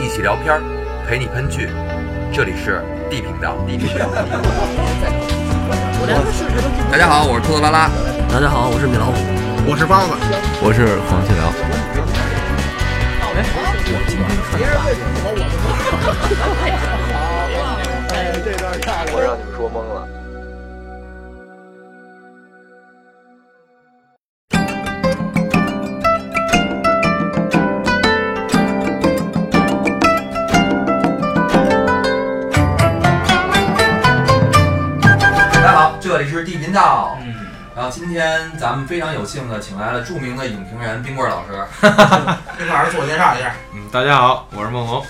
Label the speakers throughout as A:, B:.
A: 一起聊片儿，陪你喷剧。这里是 D 频道，D 频道。大家好，我是兔子拉拉。
B: 大家好，我是米老虎。
C: 我是包子，
D: 我是黄继辽。
C: 我让你们说懵了。
A: 大家好，这里是 D 频道。嗯，然后今天咱们非常有幸的请来了著名的影评人冰棍儿老师。
C: 跟老师自我介绍一下，
D: 嗯，大家好，我是孟 龙。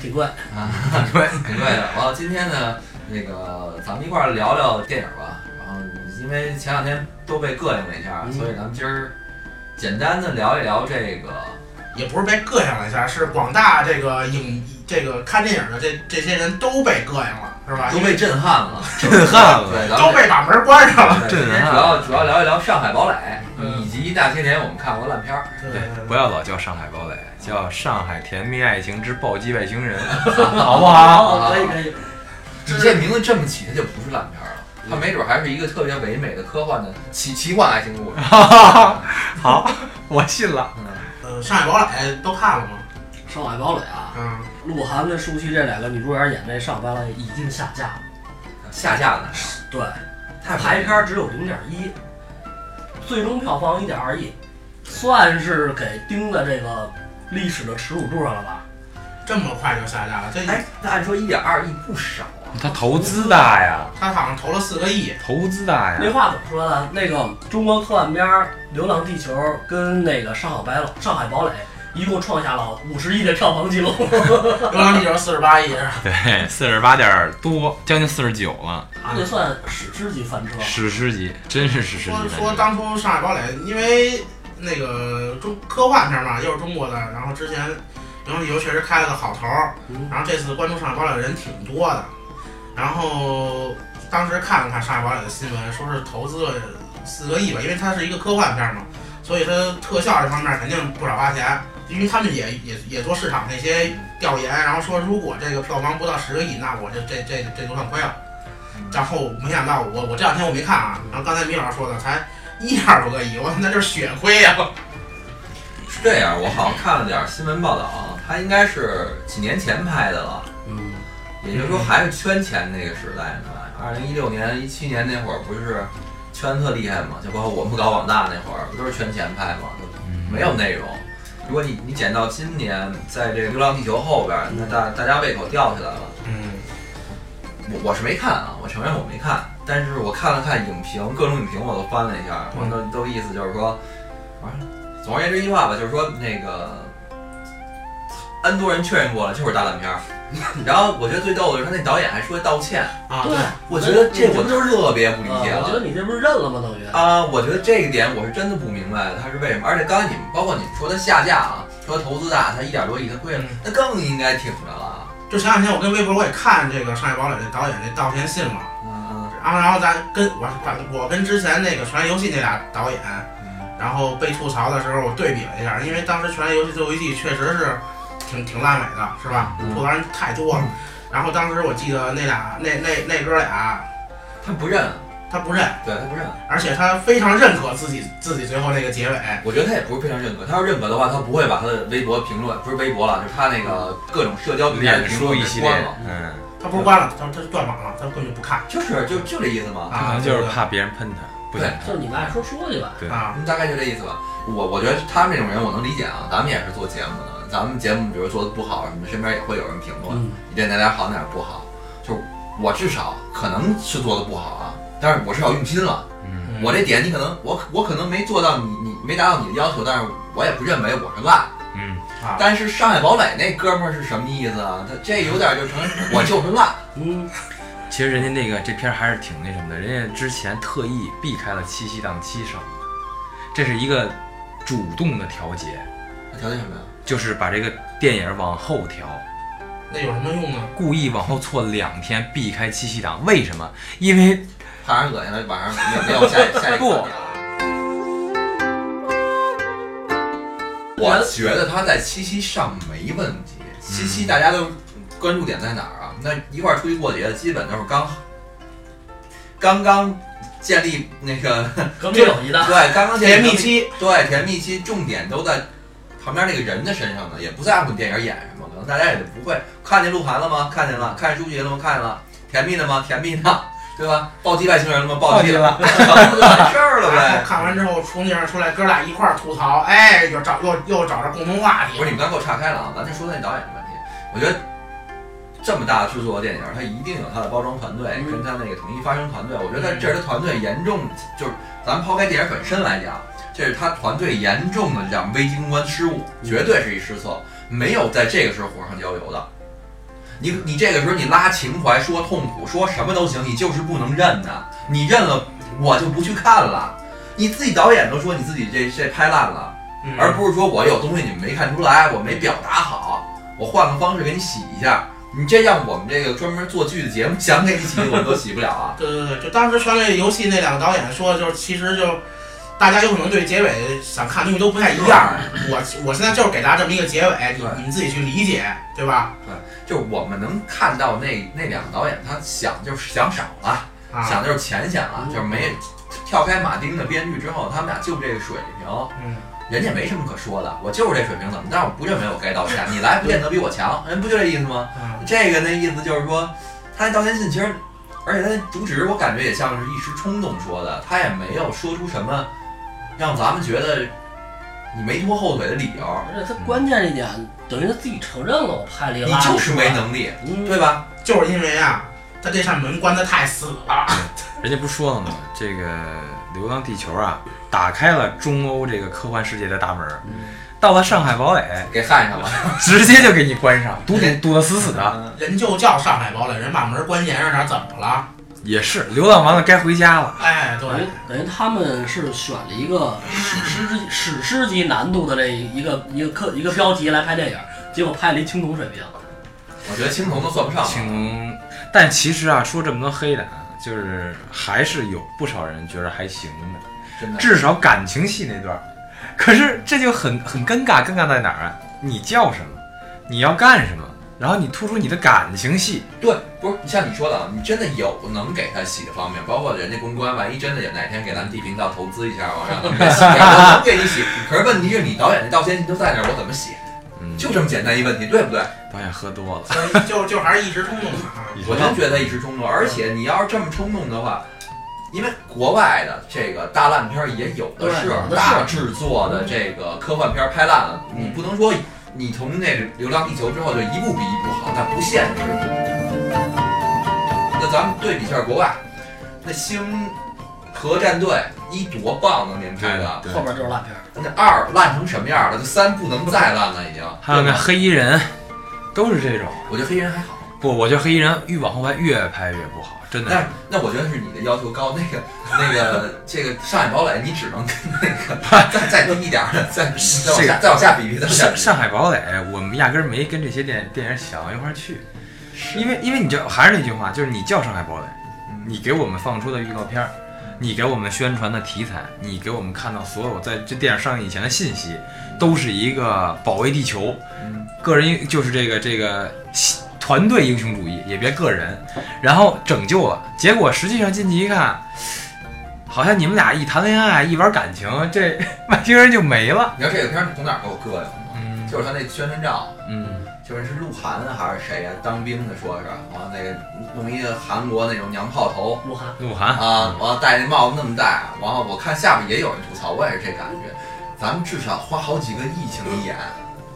B: 挺怪，
A: 啊，对，挺对的。完了，今天呢，那个咱们一块儿聊聊电影吧。然后，因为前两天都被膈应了一下，
B: 嗯
A: 所以咱们今儿简单的聊一聊这个。
C: 也不是被膈应了一下，是广大这个影这个看电影的这这些人都被膈应了，是吧？
A: 都被震撼了，
D: 震撼了
A: 对，咱
C: 都
A: 们
C: 被把门关上了。
A: 对今天主要主要聊一聊《上海堡垒》以及那些年我们看过的烂片儿。
C: 对，
D: 不要老叫上海堡垒，叫《上海甜蜜爱情之暴击外星人》， 好不好？
A: 啊
B: 可以可以。
A: 你这名字这么起，它就不是烂片儿了，它没准还是一个特别唯美的科幻的奇奇幻爱情故事。
D: 好，我信了。
C: 呃，上海堡垒都看了吗？
B: 上海堡垒啊，
C: 嗯，
B: 鹿晗跟舒淇这两个女主角演这上海堡垒已经下架了。
A: 下架了，
B: 对，
A: 太
B: 排片只有零点一，最终票房一点二亿，算是给盯在这个历史的耻辱柱上了吧？
C: 这么快就下架了，这
A: 哎，那按说一点二亿不少啊。
D: 他投资大呀，
C: 他好像投了四个亿，
D: 投资大哎
B: 那
D: 呀。
B: 话怎么说呢？那个中国科幻片《流浪地球》跟那个上海白《上海堡垒》一共创下了五十亿的票房记录。
C: 流浪地球四十八亿，是吧
D: 对，四十八点多，将近四十九了，
B: 他这算史诗级翻车，
D: 史诗级，真是史诗
C: 说
D: 级。
C: 说当初上海堡垒，因为那个中科幻片嘛，又是中国的，然后之前流浪地球确实开了个好头儿，
B: 嗯
C: 然后这次关注上海堡垒的人挺多的，然后当时看了看上海堡垒的新闻，说是投资了四个亿吧，因为它是一个科幻片嘛，所以它特效这方面肯定不少花钱，因为他们也也也做市场那些调研，然后说如果这个票房不到十个亿，那我这这这这就算亏了。然后没想到我我这两天我没看啊，然后刚才米老师说的才一点多个亿，我那就是血亏呀、
A: 是这样，我好像看了点新闻报道，它应该是几年前拍的了，
B: 嗯，
A: 也就是说还是圈钱那个时代呢。二零一六年、一七年那会儿不是圈特厉害嘛，就包括我们搞网大那会儿，不都是圈钱拍嘛，就没有内容。如果你你捡到今年在这个《流浪地球》后边，那大大家胃口吊起来了。
C: 嗯，
A: 我我是没看啊，我承认我没看，但是我看了看影评，各种影评我都翻了一下，我都都意思就是说，完了，总而言之一句话吧，就是说那个 N 多人确认过了，就是大烂片儿。 然后我觉得最逗的是，他那导演还说道歉，
C: 啊，
B: 对，
A: 我觉得这
B: 你
A: 我
B: 不是
A: 特别不理解
B: 啊我觉
A: 了
B: 得。你这不是认了吗？等于
A: 啊，我觉得这一点我是真的不明白他是为什么，而且刚才你们包括你们说他下架啊，说投资大，他一点多亿他亏了
C: 嗯，
A: 那更应该挺着了。啊
C: 就前两天我跟微博我也看这个上海堡垒这导演这道歉信嘛，
A: 嗯
C: 然后然后咱跟我我跟之前那个《权力游戏》那俩导演，
A: 嗯
C: 然后被吐槽的时候我对比了一下，因为当时《权力游戏》最后一季确实是挺挺烂尾的，是吧？
A: 嗯
C: 吐槽人太多了。然后当时我记得那俩那那那哥俩，
A: 他不认，啊
C: 他不认，
A: 对他不认。啊
C: 而且他非常认可自己自己最后那个结尾。
A: 我觉得他也不是非常认可，他要认可的话，他不会把他的微博评论，不是微博了，就是他那个各种社交平台的
D: 脸
A: 评
D: 书
A: 论
D: 一
A: 给
D: 系
A: 关
D: 列
A: 了，，
D: 嗯，
C: 他不是关了，他他断网了，他根本就不看
A: 就是就就这意思嘛。
D: 他可
C: 啊，
D: 能就是怕别人喷他，不想
B: 就是你们爱说说去吧。
D: 对
C: 啊，
A: 大概就这意思吧。我我觉得他们这种人我能理解啊，咱们也是做节目的，咱们节目比如做的不好什么，身边也会有人评论，
B: 嗯，
A: 你这哪点好哪点不好。就是我至少可能是做的不好啊，但是我至少用心了。
D: 嗯，
A: 我这点你可能我我可能没做到你你没达到你的要求，但是我也不认为我是烂。
D: 嗯，
C: 啊，
A: 但是上海堡垒那哥们儿是什么意思啊？他这有点就成我就是烂。
B: 嗯，
D: 其实人家那个这片儿还是挺那什么的，人家之前特意避开了七夕档七上，这是一个主动的调节，
A: 条件什么呀？
D: 就是把这个电影往后调，
C: 那有什么用呢？
D: 故意往后错两天，避开七夕档。为什么？因为
A: 怕人恶心了，晚上没没有下一下一个
D: 不
A: 观点了。我觉得他在七夕上没问题，七七
C: 嗯
A: 大家都关注点在哪儿啊？那一块儿出去过节的，基本都是刚刚刚建立那 个
B: 革命友谊的，
A: 对，刚刚建
C: 甜
A: 立
C: 蜜期，
A: 对甜蜜期，重点都在旁边那个人的身上呢，也不在乎电影演什么，可能大家也不会看见鹿晗了吗？看见了，看见朱杰了吗？看见了，甜蜜的吗？甜蜜的，对吧？暴击外星人了吗？暴击 了，完事儿了
C: 然后
A: 呗。
C: 看完之后从那儿出来，哥俩一块儿吐槽，哎，又找又又找着共同话
A: 不是
C: 题。
A: 你们刚给我岔开了啊，咱就说那导演的问题。我觉得这么大的制作电影，它一定有它的包装团队
B: 嗯
A: 跟它那个统一发声团队。我觉得这是他团队严重，就是咱们抛开电影本身来讲，这是他团队严重的这样危机公关失误，绝对是一失策，没有在这个时候火上浇油的。你你这个时候你拉情怀说痛苦说什么都行，你就是不能认呐、你认了我就不去看了。你自己导演都说你自己这这拍烂了，
C: 嗯
A: 而不是说我有东西你们没看出来，我没表达好，我换个方式给你洗一下。你这让我们这个专门做剧的节目想给你洗，我们都洗不了啊。
C: 对对对，就当时《权力游戏》那两个导演说，就是其实就大家有可能对结尾想看的东西都不太一样。我我现在就是给大家这么一个结尾，你
A: 对
C: 你们自己去理解，对吧？
A: 就是我们能看到那那两个导演，他想就是想少了，
C: 啊，
A: 想就是浅显了，
B: 嗯
A: 就是没跳开马丁的编剧之后，他们俩就这个水平，
C: 嗯，
A: 人家没什么可说的，我就是这水平怎么？但是我不认为我该道歉，你来不见得比我强，人不就这意思吗？
C: 嗯
A: 这个那意思就是说，他那道歉信其实，而且他的主旨我感觉也像是一时冲动说的，他也没有说出什么让咱们觉得你没拖后腿的理由，
B: 而且他关键一点，等于他自己承认了，我拍了一个
A: 你
B: 拉
A: 就是没能力，
B: 嗯，
A: 对吧？
C: 就是因为啊，他这扇门关得太死了。
D: 人家不说了吗？这个《流浪地球》啊，打开了中欧这个科幻世界的大门儿，到了上海堡垒，
A: 给焊上了，
D: 直接就给你关上，堵堵堵得死死的。
C: 人就叫上海堡垒，人把门关严实点，怎么了？
D: 也是，流浪完了该回家了。
C: 哎，对，
B: 等于等于他们是选了一个史诗级史诗级难度的这一个一个课一个标题来拍电影，结果拍了一青铜水平，
A: 我觉得青铜都算不上。
D: 青龙，但其实啊，说这么多黑的啊，就是还是有不少人觉得还行的，
A: 真的，
D: 至少感情戏那段儿。可是这就很很尴尬，尴尬在哪儿啊？你叫什么？你要干什么？然后你突出你的感情戏，
A: 对，不是像你说的啊，你真的有能给他洗的方面，包括人家公关，万一真的有哪天给咱们地频道投资一下，我让他 们给洗，我能给你洗。可是问题是你导演那道歉信都在那儿，我怎么洗？
D: 嗯，
A: 就这么简单一问题，对不对？
D: 导演喝多了。
C: 所以就 就还是一时冲动嘛。啊
A: 我真觉得一时冲动，而且你要是这么冲动的话，因为国外的这个大烂片儿也有的是
B: 对有的是嗯
A: 大制作的这个科幻片儿拍烂了，
C: 嗯
A: 你不能说你从那《流浪地球》之后就一部比一部好，那不现实。那咱们对比一下国外，那《星河战队》一多棒啊当年拍的，
D: 哎对
B: 后边就是烂片儿。
A: 那二烂成什么样了？那三不能再烂了已经。
D: 还有
A: 对
D: 那
A: 吧
D: 黑衣人，都是这种。
A: 我觉得黑人还好。
D: 不，我觉得黑衣人越往后拍越拍越不好，真
A: 那
D: 的。
A: 那我觉得是你的要求高，那个那个这个上海堡垒，你只能 跟那个再再低一点儿的，再再往
D: 这
A: 下
D: 个
A: 再往下比比，再往下
D: 上
A: 比
D: 上海堡垒，我们压根儿没跟这些电电影想到一块儿去，因为因为你就还是那句话，就是你叫上海堡垒，
A: 嗯
D: 你给我们放出的预告片儿，你给我们宣传的题材，你给我们看到所有在这电影上映以前的信息，都是一个保卫地球，
A: 嗯
D: 个人英就是这个这个西团队英雄主义，也别个人，然后拯救了。结果实际上进去一看，好像你们俩一谈恋爱一玩感情，这 外星人就没了。
A: 你知道这个片儿从哪儿给我膈应吗？
D: 嗯
A: 就是他那宣传照，
D: 嗯，
A: 就是是鹿晗啊还是谁呀、当兵的说是，完了那个弄一个韩国那种娘炮头
B: 鹿晗，
D: 鹿晗
A: 啊，完了戴那帽子那么戴，啊完了我看下面也有人吐槽，我也是这感觉，咱们至少花好几个亿请你演，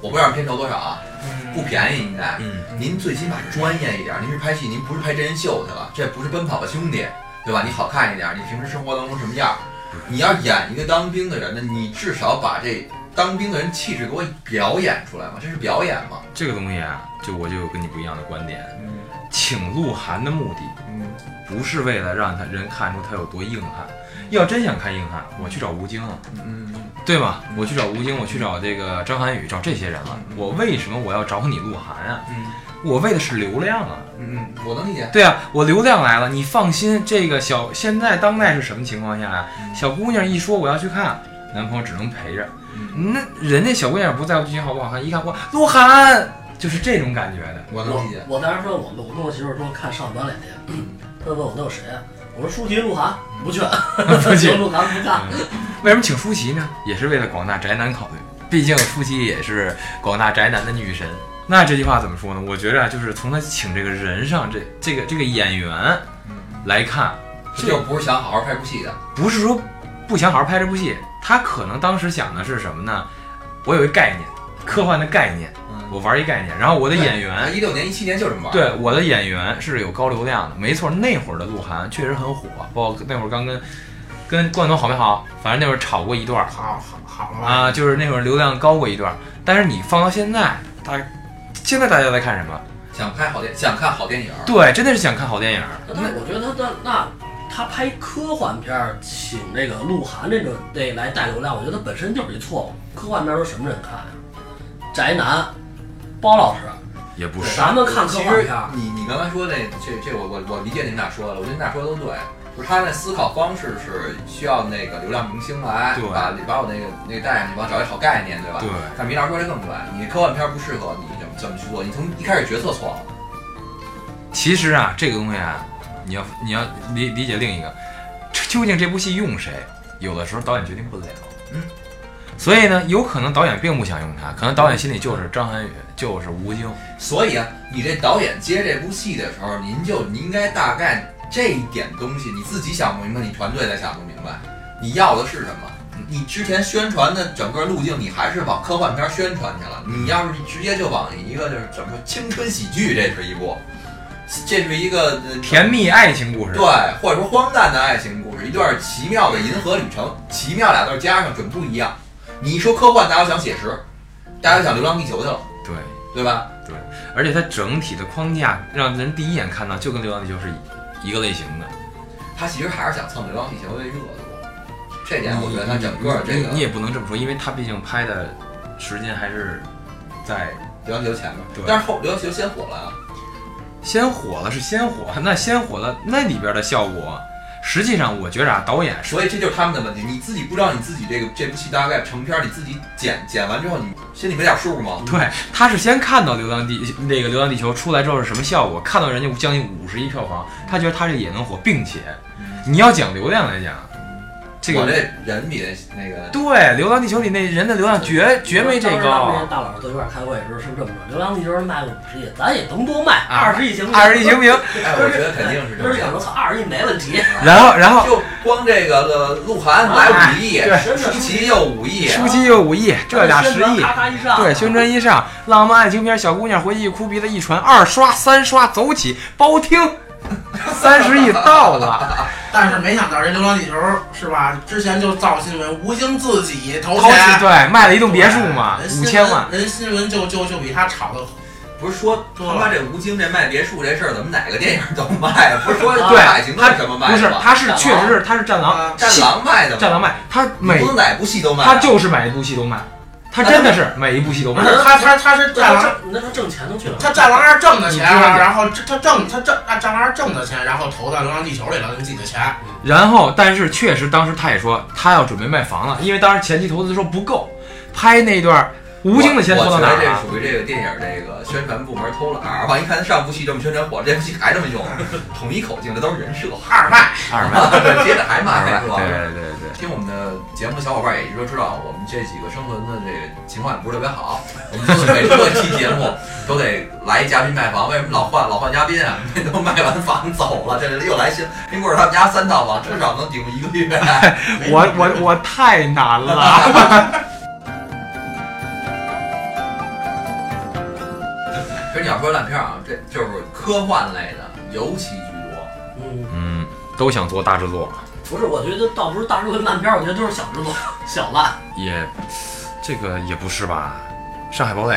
A: 我不知道片酬多少啊，
C: 嗯
A: 不便宜应该。
D: 嗯，
A: 您最起码专业一点，您是拍戏，您不是拍真人秀去了，这不是奔跑吧兄弟，对吧？你好看一点，你平时生活当中什么样？你要演一个当兵的人呢，你至少把这当兵的人气质给我表演出来嘛，这是表演嘛。
D: 这个东西啊，就我就有跟你不一样的观点，
A: 嗯
D: 请鹿晗的目的
A: 嗯，
D: 不是为了让他人看出他有多硬汉，要真想看硬汉，我去找吴京啊。
A: 嗯，
D: 对吗？我去找吴京，我去找这个张涵予，找这些人了。我为什么我要找你鹿晗啊？
A: 嗯
D: 我为的是流量啊。
A: 嗯，我能理解。
D: 对啊，我流量来了，你放心。这个小现在当代是什么情况下呀、
A: 嗯
D: 小姑娘一说我要去看，男朋友只能陪着。
A: 嗯
D: 那人家小姑娘不在乎剧情好不好看，一看哇，鹿晗就是这种感觉的。
A: 我能理
B: 我
A: 解。
B: 我当时说我们我跟我媳妇儿说看上短脸去，她问我都有谁啊？我说舒淇、鹿晗，
A: 嗯
B: 不去，
D: 不去
B: 鹿晗不看。
D: 为什么请舒淇呢？也是为了广大宅男考虑，毕竟舒淇也是广大宅男的女神。那这句话怎么说呢？我觉着啊，就是从他请这个人上，这这个这个演员
A: 嗯，
D: 来看，
A: 这又不是想好好拍部戏的，
D: 不是说不想好好拍这部戏，他可能当时想的是什么呢？我有一概念，科幻的概念，
A: 嗯，
D: 我玩一概念，然后我的演员
A: 一六年、一七年就这么玩。，
D: 对，我的演员是有高流量的，没错，那会儿的鹿晗确实很火，包括那会儿刚跟跟冠总好没好，反正那会儿吵过一段儿
C: 好好好了吧？
D: 啊，就是那会儿流量高过一段儿。但是你放到现在，大现在大家在看什么？
A: 想拍好电，想看好电影儿，
D: 对，真的是想看好电影儿。
B: 但是我觉得他那他拍科幻片儿，请这个鹿晗这种这来带流量，我觉得本身就是一错误。科幻片儿都什么人看呀、宅男，包老师，
D: 也不
A: 是
B: 咱们看科
A: 其
B: 幻
A: 实
B: 片儿，
A: 你你刚才说那这这我我我理解你们俩说的，我觉得你们俩说的都对。就是他那思考方式是需要那个流量明星来
D: 对
A: 把把我那个那个带上去，帮我找一好概念，对吧？
D: 对，
A: 但米娜说这更对，你科幻片不适合你怎么怎么去做，你从一开始决策错了。
D: 其实啊，这个东西啊，你要你要理理解另一个，究竟这部戏用谁，有的时候导演决定不了。
A: 嗯，
D: 所以呢，有可能导演并不想用他，可能导演心里就是张涵予，就是吴京。
A: 所以啊，你这导演接这部戏的时候，您就你应该大概这一点东西你自己想不明白，你团队才想不明白，你要的是什么？你之前宣传的整个路径，你还是往科幻片宣传去了。你要是直接就往一个就是怎么说青春喜剧，这是一部，这是一个呃
D: 甜蜜爱情故事。
A: 对，或者说荒诞的爱情故事，一段奇妙的银河旅程，奇妙俩字儿加上准不一样。你一说科幻，大家想写实，大家想流浪地球去了，
D: 对
A: 对吧？
D: 而且它整体的框架让人第一眼看到就跟《流浪地球》是一一个类型的。
A: 他其实还是想蹭流浪地球的热度，这点我觉得他整个这
D: 你
A: 个
D: 你也不能这么说，因为它毕竟拍的时间还是在
A: 流浪地球前面
D: 对，
A: 但是后流浪地球先火了啊。
D: 先火了是先火，那先火了那里边的效果，实际上我觉着啊，导演说
A: 所以这就是他们的问题，你自己不知道你自己这个这部戏大概成片儿，你自己剪剪完之后，你心里没点数吗？
D: 对，他是先看到《流浪地》那个《流浪地球》出来之后是什么效果，看到人家将近五十亿票房，他觉得他这也能火，并且你要讲流量来讲，
A: 嗯
D: 这
A: 我
D: 个
A: 这人比那那个
D: 对《流浪地球》里那人的流量绝绝没这
B: 当时他们
D: 高
B: 这。些大佬在一块儿开会的时候是不是这么着？流浪地球卖个五十亿，咱也能多卖
D: 啊
B: 二十亿行不行？
D: 二十亿行不行？
A: 哎，我觉得肯定是这
B: 就是
A: 么
B: 想
A: 想
B: 着操二十亿没问题，
D: 然后，然后
A: 就光这个呃鹿晗来五亿，
D: 哎对
B: 啊真的
A: 舒淇又五亿，
D: 舒淇又五亿，这俩十亿，
B: 咔咔一上，
D: 对，宣传一上，浪漫爱情片，小姑娘回去一哭鼻子一传，二刷三刷走起，包听，三十亿到 了，
C: 但是没想到人流浪地球是吧？之前就造新闻，吴京自己投
D: 掏起对，卖了一栋别墅嘛，
C: 对人
D: 五
C: 新
D: 千
C: 闻
D: 万，
C: 人新闻就就就比他炒的
A: 不是说他
C: 多
A: 妈
C: 了。
A: 这吴京这卖别墅这事儿，怎么哪个电影都卖？啊不是说
B: 对
A: 爱情是什么卖
D: 不是，
A: 的吗？
D: 他是确实是他是战狼，
C: 啊
A: 战狼卖的吗，
D: 战狼卖，他
A: 你
D: 每
A: 不能哪部戏都卖啊。
D: 他就是每一部戏都卖，他真的是每一部戏都卖
C: 不，是他他他是战
B: 那他
C: 狼，
B: 挣那他挣钱能去哪儿？
C: 他战狼二挣的钱
D: 你知道
C: 啊，
D: 你
C: 然后这他挣他挣啊战狼二挣的钱，然后投到流浪地球里了，用自己的钱。
D: 然后，但是确实当时他也说他要准备卖房了，因为当时前期投资说不够，拍那段吴京的钱
A: 我
D: 投到哪
A: 我觉
D: 儿
A: 得
D: 了？
A: 这属于这个电影这个宣传部门偷懒儿吧？一看他上部戏这么宣传火，这部戏还这么 用，统一口径，这都是人设。
C: 二卖，
D: 二万，
A: 对， 接着还
D: 二
A: 卖
D: 万，
A: 是吧？
D: 对对对。
A: 听我们的节目的小伙伴也一直都知道，我们这几个生存的这个情况也不是特别好。我们就是每做一期节目都得来一嘉宾卖房，为什么老换老换嘉宾啊？ 这都卖完房走了，这又来新。冰棍儿他们家三套房，至少能顶一个月。
C: 没
D: 我我我太难了。
A: 其实你要说烂片儿啊，这就是科幻类的尤其居多。
B: 嗯，
D: 嗯，都想做大制作，
B: 不是，我觉得倒不是大制作烂片儿，我觉得都是小制作，小烂。
D: 也这个也不是吧？上海堡垒，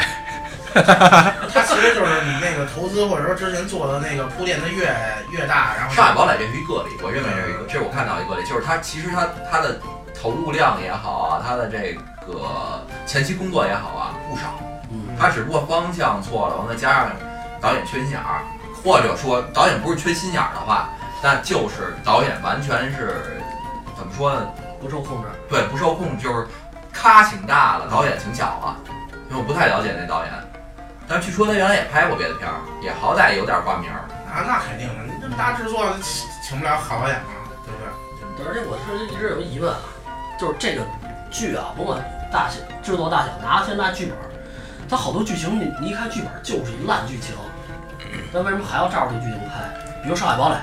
C: 他其实 就是你那个投资或者说之前做的那个铺垫，它越越大， 然后
A: 上海堡垒这是一个例，我认为这是一个，这是我看到一个例，就是它其实它它的投入量也好啊，它的这个前期工作也好啊，不少。
B: 嗯，
A: 他只不过方向错了，完了加上导演缺心眼儿，或者说导演不是缺心眼儿的话，那就是导演完全是怎么说呢？
B: 不受控制。
A: 对，不受控，就是咖挺大了，导演挺小了，因为我不太了解那导演。但是据说他原来也拍过别的片儿，也好歹有点挂名儿。
C: 那啊那肯定的，你这么大制作，请请不了好导演啊，对不对？
B: 而且我是一直有疑问啊，就是这个剧啊，甭管大小制作大小，拿先拿剧本儿，它好多剧情你你一看剧本儿就是一烂剧情，那为什么还要照着这剧情拍？比如《上海堡垒》，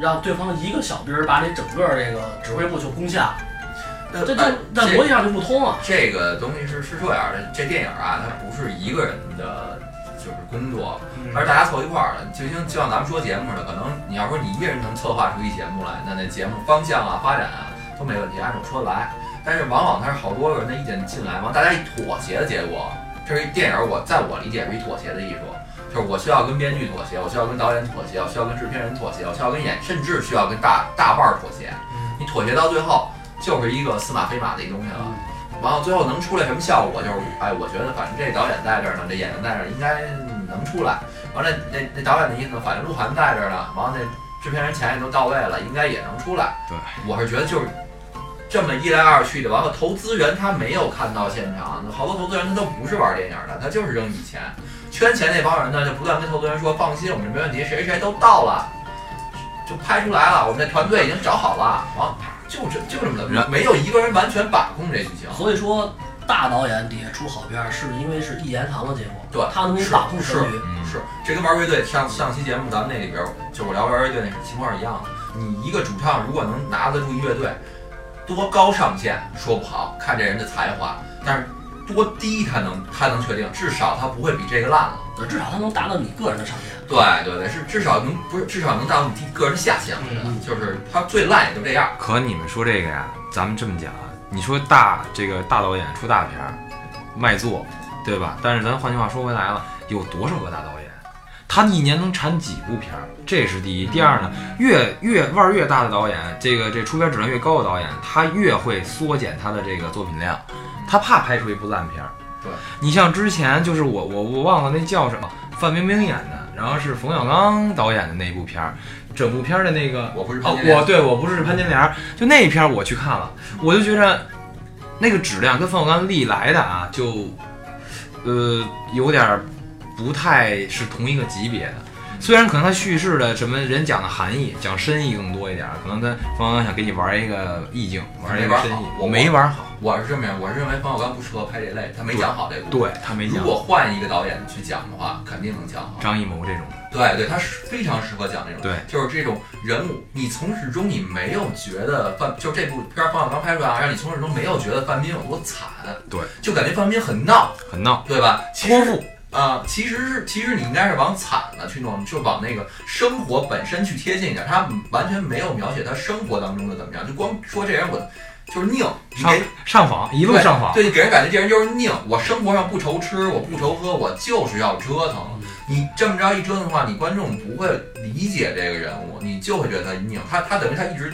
B: 让对方一个小兵儿把你整个这个指挥部就攻下，
A: 那
B: 这
A: 哎
B: 这在逻辑上就不通啊。
A: 这个东西是是这样的，这电影啊，它不是一个人的就是工作，
C: 嗯
A: 而是大家凑一块儿的。就像就像咱们说节目似的，可能你要说你一个人能策划出一节目来，那那节目方向啊、发展啊都没问题，按照说得来。但是往往它是好多个人的意见进来，完大家一妥协的结果。这是一电影我，在我理解是一妥协的艺术，就是我需要跟编剧妥协，我需要跟导演妥协，我需要跟制片人妥协，我需要跟演，甚至需要跟大大腕儿妥协。你妥协到最后，就是一个司马非马的一东西了。完了，最后能出来什么效果？就是，哎，我觉得反正这导演在这儿呢，这演员在这儿，应该能出来。完了，那那导演的意思，反正鹿晗在这儿呢，完了那制片人钱也都到位了，应该也能出来。
D: 对，
A: 我是觉得就是这么一来二去的，完了投资人他没有看到现场，好多投资人他都不是玩电影的，他就是扔你钱，圈钱那帮人呢就不断跟投资人说，放心，我们没问题，谁谁都到了，就拍出来了，我们这团队已经找好了，完了就这就这么的，
D: 然
A: 没有一个人完全把控这剧情。
B: 所以说，大导演底下出好片儿，是因为是一言堂的结果，
A: 对
B: 他能给你
A: 是
B: 把控
A: 是
B: 全局。
D: 嗯，
A: 是，这跟玩乐队上上期节目咱们那里边儿，就是我聊玩乐队那情况是一样的。你一个主唱如果能拿得住一乐队，多高上限说不好，看这人的才华，但是多低他能他能确定，至少他不会比这个烂了。
B: 呃至少他能达到你个人的上限。
A: 对对对，是至少能不是至少能达到你个人的下限，我觉
B: 嗯
A: 得就是他最烂也就这样。
D: 可你们说这个呀，咱们这么讲啊，你说大这个大导演出大片儿，卖座，对吧？但是咱换句话说回来了，有多少个大导演？他一年能产几部片儿？这是第一。第二呢，越越腕儿越大的导演，这个这出片质量越高的导演，他越会缩减他的这个作品量，他怕拍出一部烂片儿。
A: 对，
D: 你像之前就是我我我忘了那叫什么，范冰冰演的，然后是冯小刚导演的那一部片儿，整部片儿的那个
A: 我不是
D: 哦
A: 潘，金莲
D: 我对我不是潘金莲儿，就那一篇我去看了，我就觉着那个质量跟冯小刚历来的啊，就呃有点儿不太是同一个级别的。虽然可能他叙事的什么人讲的含义、讲深意更多一点儿，可能他冯小刚想给你玩一个意境，玩一
A: 没
D: 个
A: 玩
D: 深
A: 好
D: 意，
A: 我
D: 没玩好，
A: 我是这么样，我是认为冯小刚不适合拍这类，他没讲好这部。
D: 对他没
A: 如
D: 讲。
A: 果换一个导演去讲的话，肯定能讲好。
D: 张艺谋这种的，
A: 对对，他是非常适合讲这种，
D: 对，
A: 就是这种人物，你从始中你没有觉得范，就这部片儿冯小刚拍出来啊，让你从始中没有觉得范冰有多惨，
D: 对，
A: 就感觉范冰很闹，
D: 很闹，
A: 对吧？其
D: 泼
A: 实
D: 妇，
A: 啊、其实是其实你应该是往惨了去弄，就往那个生活本身去贴近一点，他完全没有描写他生活当中的怎么样，就光说这人我就是拧，你
D: 上
A: 给
D: 上访一路上访，
A: 对，给人感觉这人就是拧。我生活上不愁吃，我不愁喝，我就是要折腾。你这么着一折腾的话，你观众不会理解这个人物，你就会觉得他拧。他他等于他一直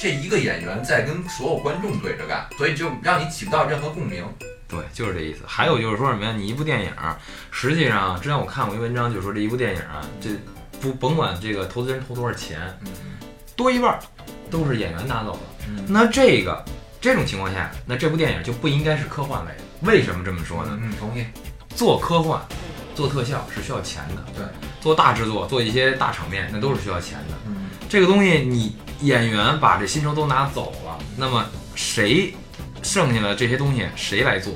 A: 这一个演员在跟所有观众对着干，所以就让你起不到任何共鸣。
D: 对，就是这意思。还有就是说什么呀？你一部电影儿，实际上之前我看过一文章，就说这一部电影儿啊，这不甭管这个投资人投多少钱，多一半儿都是演员拿走的。
A: 嗯
D: 那这个这种情况下，那这部电影就不应该是科幻类的。为什么这么说呢？
A: 嗯，同意。
D: 做科幻、做特效是需要钱的，
A: 对，
D: 做大制作、做一些大场面，那都是需要钱的。
A: 嗯，
D: 这个东西你演员把这薪酬都拿走了，那么谁剩下的这些东西谁来做？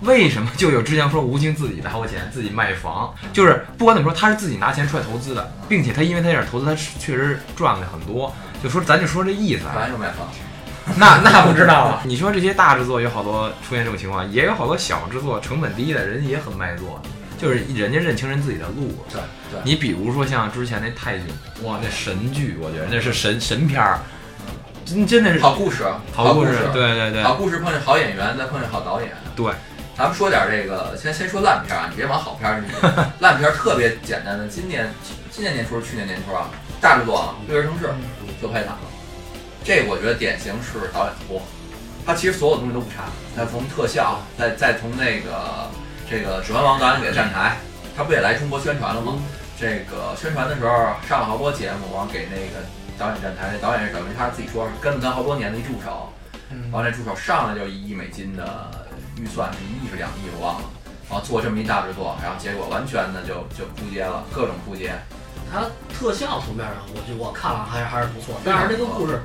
D: 为什么就有之前说吴京自己拿过钱，自己卖房，就是不管怎么说，他是自己拿钱出来投资的，并且他因为他这点投资，他是确实赚了很多。就说咱就说这意思啊，
A: 咱又买房。
D: 那那不知道了。你说这些大制作有好多出现这种情况，也有好多小制作成本低的人也很卖座，就是人家认清人自己的路。
A: 对对
D: 你比如说像之前那泰囧，哇，那神剧，我觉得那是神神片儿，真真的是
A: 好故事，
D: 好
A: 故
D: 事。对对对
A: 好啊故事碰见好演员，再碰见好导演。
D: 对，
A: 咱们说点这个，先先说烂片儿啊，你别往好片 儿去。烂片儿特别简单的，今年今年年初，去年年初啊，大制作啊，《绿叶城市》就拍砸了。这我觉得典型是导演拖，他其实所有东西都不差，他从特效，再再从那个这个《指环王》导演给的站台，他不也来中国宣传了
D: 嗯
A: 吗？这个宣传的时候上了好多节目，完给那个导演站台，那导演是等于他自己说是跟了他好多年的一助手，
C: 嗯
A: 完了那助手上来就一亿美金的预算，是一亿是两亿我忘了，然后做这么一大制作，然后结果完全的就就扑街了，各种扑街。
B: 它特效层面上，我就我看了还还是不错，但是那个故事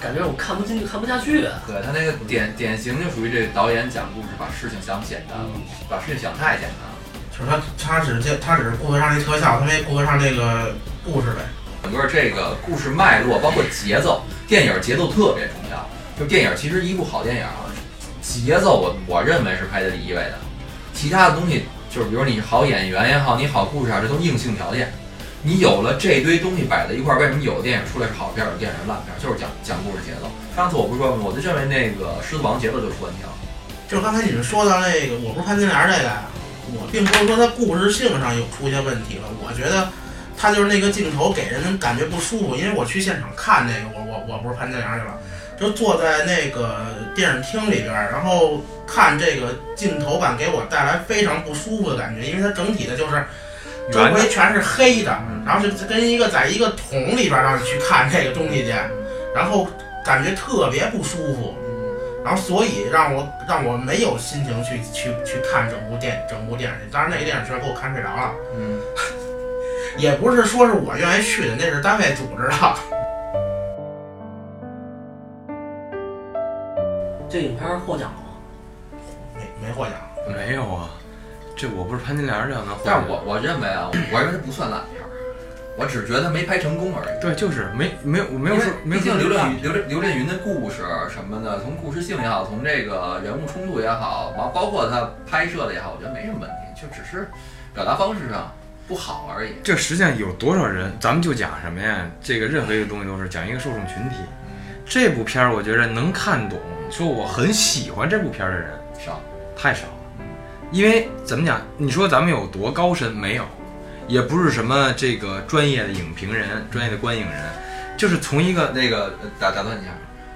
B: 感觉我看不进去，看不下去。
A: 对他那个典典型就属于这导演讲故事，把事情想简单
B: 嗯
A: 了，把事情想太简单了。
C: 就是他他只是他只是顾得上那特效，他没顾得上这个故事呗。
A: 整个这个故事脉络，包括节奏，电影节奏特别重要。就电影，其实一部好电影啊，节奏我我认为是排在第一位的，其他的东西就是，比如你好演员也好，你好故事啊，这都硬性条件。你有了这堆东西摆在一块儿，为什么有的电影出来是好片儿，有的电影是烂片儿？就是讲讲故事节奏。上次我不是说吗，我就认为那个《狮子王》节奏就出问题了。
C: 就是刚才你们说到那个，我不是潘金莲这个呀，我并不是说它故事性上有出现问题了，我觉得它就是那个镜头给人感觉不舒服，因为我去现场看那个，我我我不是潘金莲去了，就坐在那个电影厅里边儿，然后看这个镜头感给我带来非常不舒服的感觉，因为它整体的就是周
D: 圆的
C: 围全是黑的
A: 嗯，
C: 然后就跟一个在一个桶里边儿让你去看这个东西去，然后感觉特别不舒服。然后所以让我让我没有心情去去去看整部电整部电影去。当然那个电影确实给我看睡着了，
A: 嗯，
C: 也不是说是我愿意去的，那是单位组织的。
B: 这影片获奖了吗？
C: 没没获奖，
D: 没有啊，这我不是潘金莲这样的，
A: 但是我我认为啊，我认为它不算烂片儿，我只是觉得它没拍成功而已。
D: 对，就是没没有我没有
A: 因
D: 说
A: 为
D: 没有
A: 毕竟
D: 说
A: 刘震云刘震刘震云的故事啊什么的，从故事性也好，从这个人物冲突也好，包包括他拍摄的也好，我觉得没什么问题，就只是表达方式上不好而已。
D: 这实际上有多少人？咱们就讲什么呀？这个任何一个东西都是讲一个受众群体。
B: 嗯
D: 这部片儿我觉着能看懂，说我很喜欢这部片儿的人
A: 少，
D: 太少
B: 嗯
D: 了，因为怎么讲？你说咱们有多高深？没有，也不是什么这个专业的影评人、专业的观影人，就是从一个
A: 那个呃打打断一下，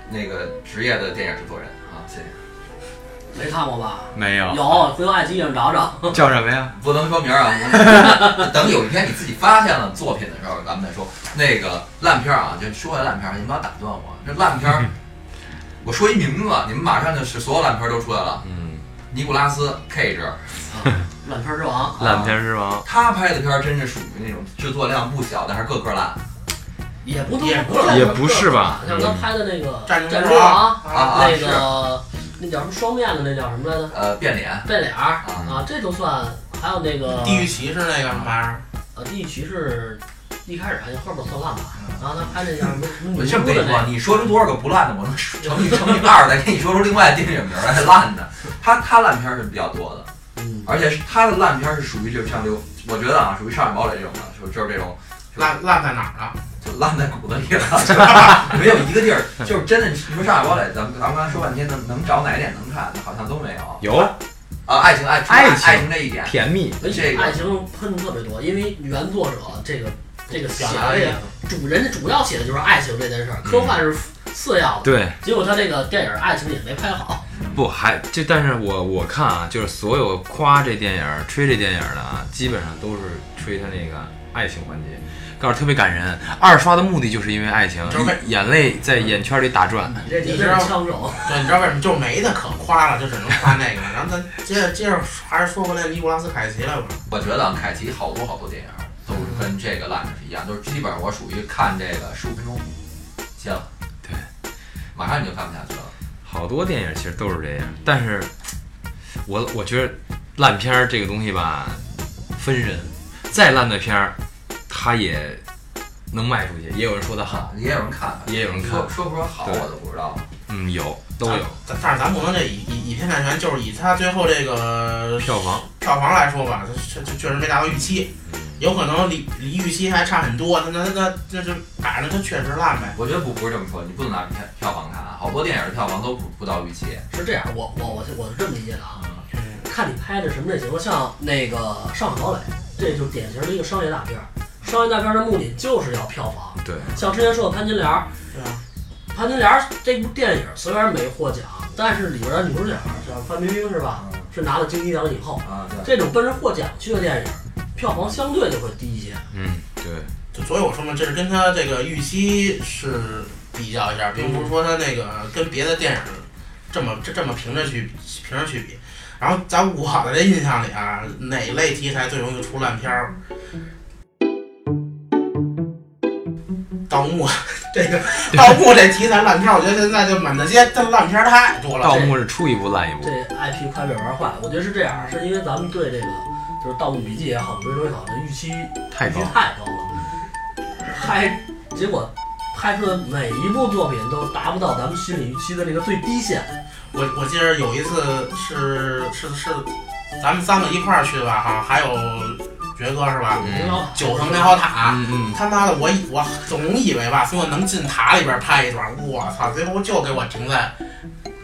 A: 那个职业的电影制作人啊，谢谢，
B: 没看过吧？
D: 没
A: 啊
D: 有
B: 有，回头爱奇艺上找找。
D: 叫什么呀？
A: 不能说名儿啊。 等有一天你自己发现了作品的时候，咱们再说。那个烂片儿啊，就说回烂片儿，你们不要打断我。这烂 片儿，我说一名字，啊你们马上就是所有烂片儿都出来了。
D: 嗯，
A: 尼古拉斯 Cage。
B: 烂片之王，
D: 烂片之王。
A: 他拍的片儿真是属于那种制作量不小，但是个个烂
B: 也不
C: 也不
B: 不
C: 是
D: 也不是吧
B: 啊像他拍的那个
C: 战
B: 战
C: 争
B: 之王，
A: 啊
B: 那
A: 是
B: 个那叫什么双面的，那叫什么来着？
A: 呃，变脸
B: 变脸儿
A: 啊，
B: 啊，这都算。还有那个
C: 地狱骑士那个什么玩意儿，
B: 呃，地狱骑士一开始还行，后边算烂吧。然后他拍那叫什么什么
A: 我
B: 女
A: 这
B: 巫
A: 么跟
B: 的
A: 你说，
B: 那，
A: 你说出多少个不烂的，我能乘以乘以二， 再给你说出另外的电影名儿来烂的。他他烂片儿是比较多的，
B: 嗯，
A: 而且是他的烂片儿是属于就像刘，我觉得啊，属于上海堡垒这种的，就就是这种
C: 烂烂在哪儿了？
A: 就烂在骨子里了，就没有一个地儿，就是真的。你说上海堡垒，咱们咱们刚才说半天，能能找哪一点能看的，好像都没有。
D: 嗯有
A: 啊，爱情爱
D: 爱情
A: 情爱情这一点，
D: 甜蜜，
B: 而
A: 这
B: 且
A: 个
B: 爱情喷的特别多，因为原作者这个这个写
C: 表
B: 的
C: 达
B: 这
C: 力
B: 个主人家主要写的就是爱情这件事儿，科幻是次要的。
D: 对，
B: 结果他这个电影爱情也没拍好，
D: 不还这，但是我我看啊，就是所有夸这电影儿、吹这电影儿的啊，基本上都是吹他那个爱情环节，告诉特别感人。二刷的目的就是因为爱情
C: 就是为，
D: 眼泪在眼圈里打转。
B: 你这绝对
C: 你知道
B: 是枪手。
C: 对，你知道为什么就没得可夸了，就只能夸那个了。然后咱接着接着还是说回来尼古拉斯凯奇来吧。
A: 我觉得啊凯奇好多好多电影都是跟这个烂的是一样，就是基本上我属于看这个十五分钟，歇了，
D: 对，
A: 马上你就看不下去了。
D: 好多电影其实都是这样，但是我我觉得烂片儿这个东西吧，分人，再烂的片儿，它也能卖出去，也有人说它好，
A: 啊，也有人看，
D: 也有人看
A: 说说不说好
D: 对
A: 我都不知道。
D: 嗯，有都有
C: 咱但是咱不能这以以以偏概全，就是以他最后这个
D: 票房。
C: 票房来说吧，它确确确实没达到预期，有可能离离预期还差很多。那那那那就反正它确实烂呗。
A: 我觉得不不是这么说，你不能拿票票房看啊，好多电影的票房都不不到预期。
B: 是这样，我我我是我是这么理解的啊，
C: 嗯
B: 看你拍的什么类型，像那个《上海堡垒》，这就是典型的一个商业大片儿。商业大片儿的目的就是要票房。
D: 对，
B: 像之前说的《潘金莲》，
C: 对啊，
B: 《潘金莲》这部电影虽然没获奖，但是里边的女主角像范冰冰是吧，
A: 嗯
B: 是拿了金鸡奖以后，
A: 啊，对，
B: 这种奔着获奖去的电影，票房相对就会低一些。
D: 嗯，对。
C: 就所以我说嘛，这是跟它这个预期是比较一下，并不是说它那个跟别的电影。这么这这么平着去平着去比。然后在我的这印象里啊，哪类题材最容易出烂片儿？盗墓， 这个盗墓这题材烂片儿，我觉得现在就满大街这烂片儿太多了。
D: 盗墓是出一部烂一部
B: 这，IP 快被玩坏，我觉得是这样，是因为咱们对这个就是《盗墓笔记》啊也好，《追龙》也好，这预期
D: 太
B: 预
D: 高
B: 期。太高了，拍结果拍出的每一部作品都达不到咱们心理预期的这个最低线。
C: 我我记得有一次是是是，咱们三个一块儿去的吧，哈，还有爵哥是吧？
D: 嗯
C: 九层猕猴塔，
D: 嗯嗯，
C: 他妈的，我以我总以为吧，所以我能进塔里边拍一段，我操，最后就给我停在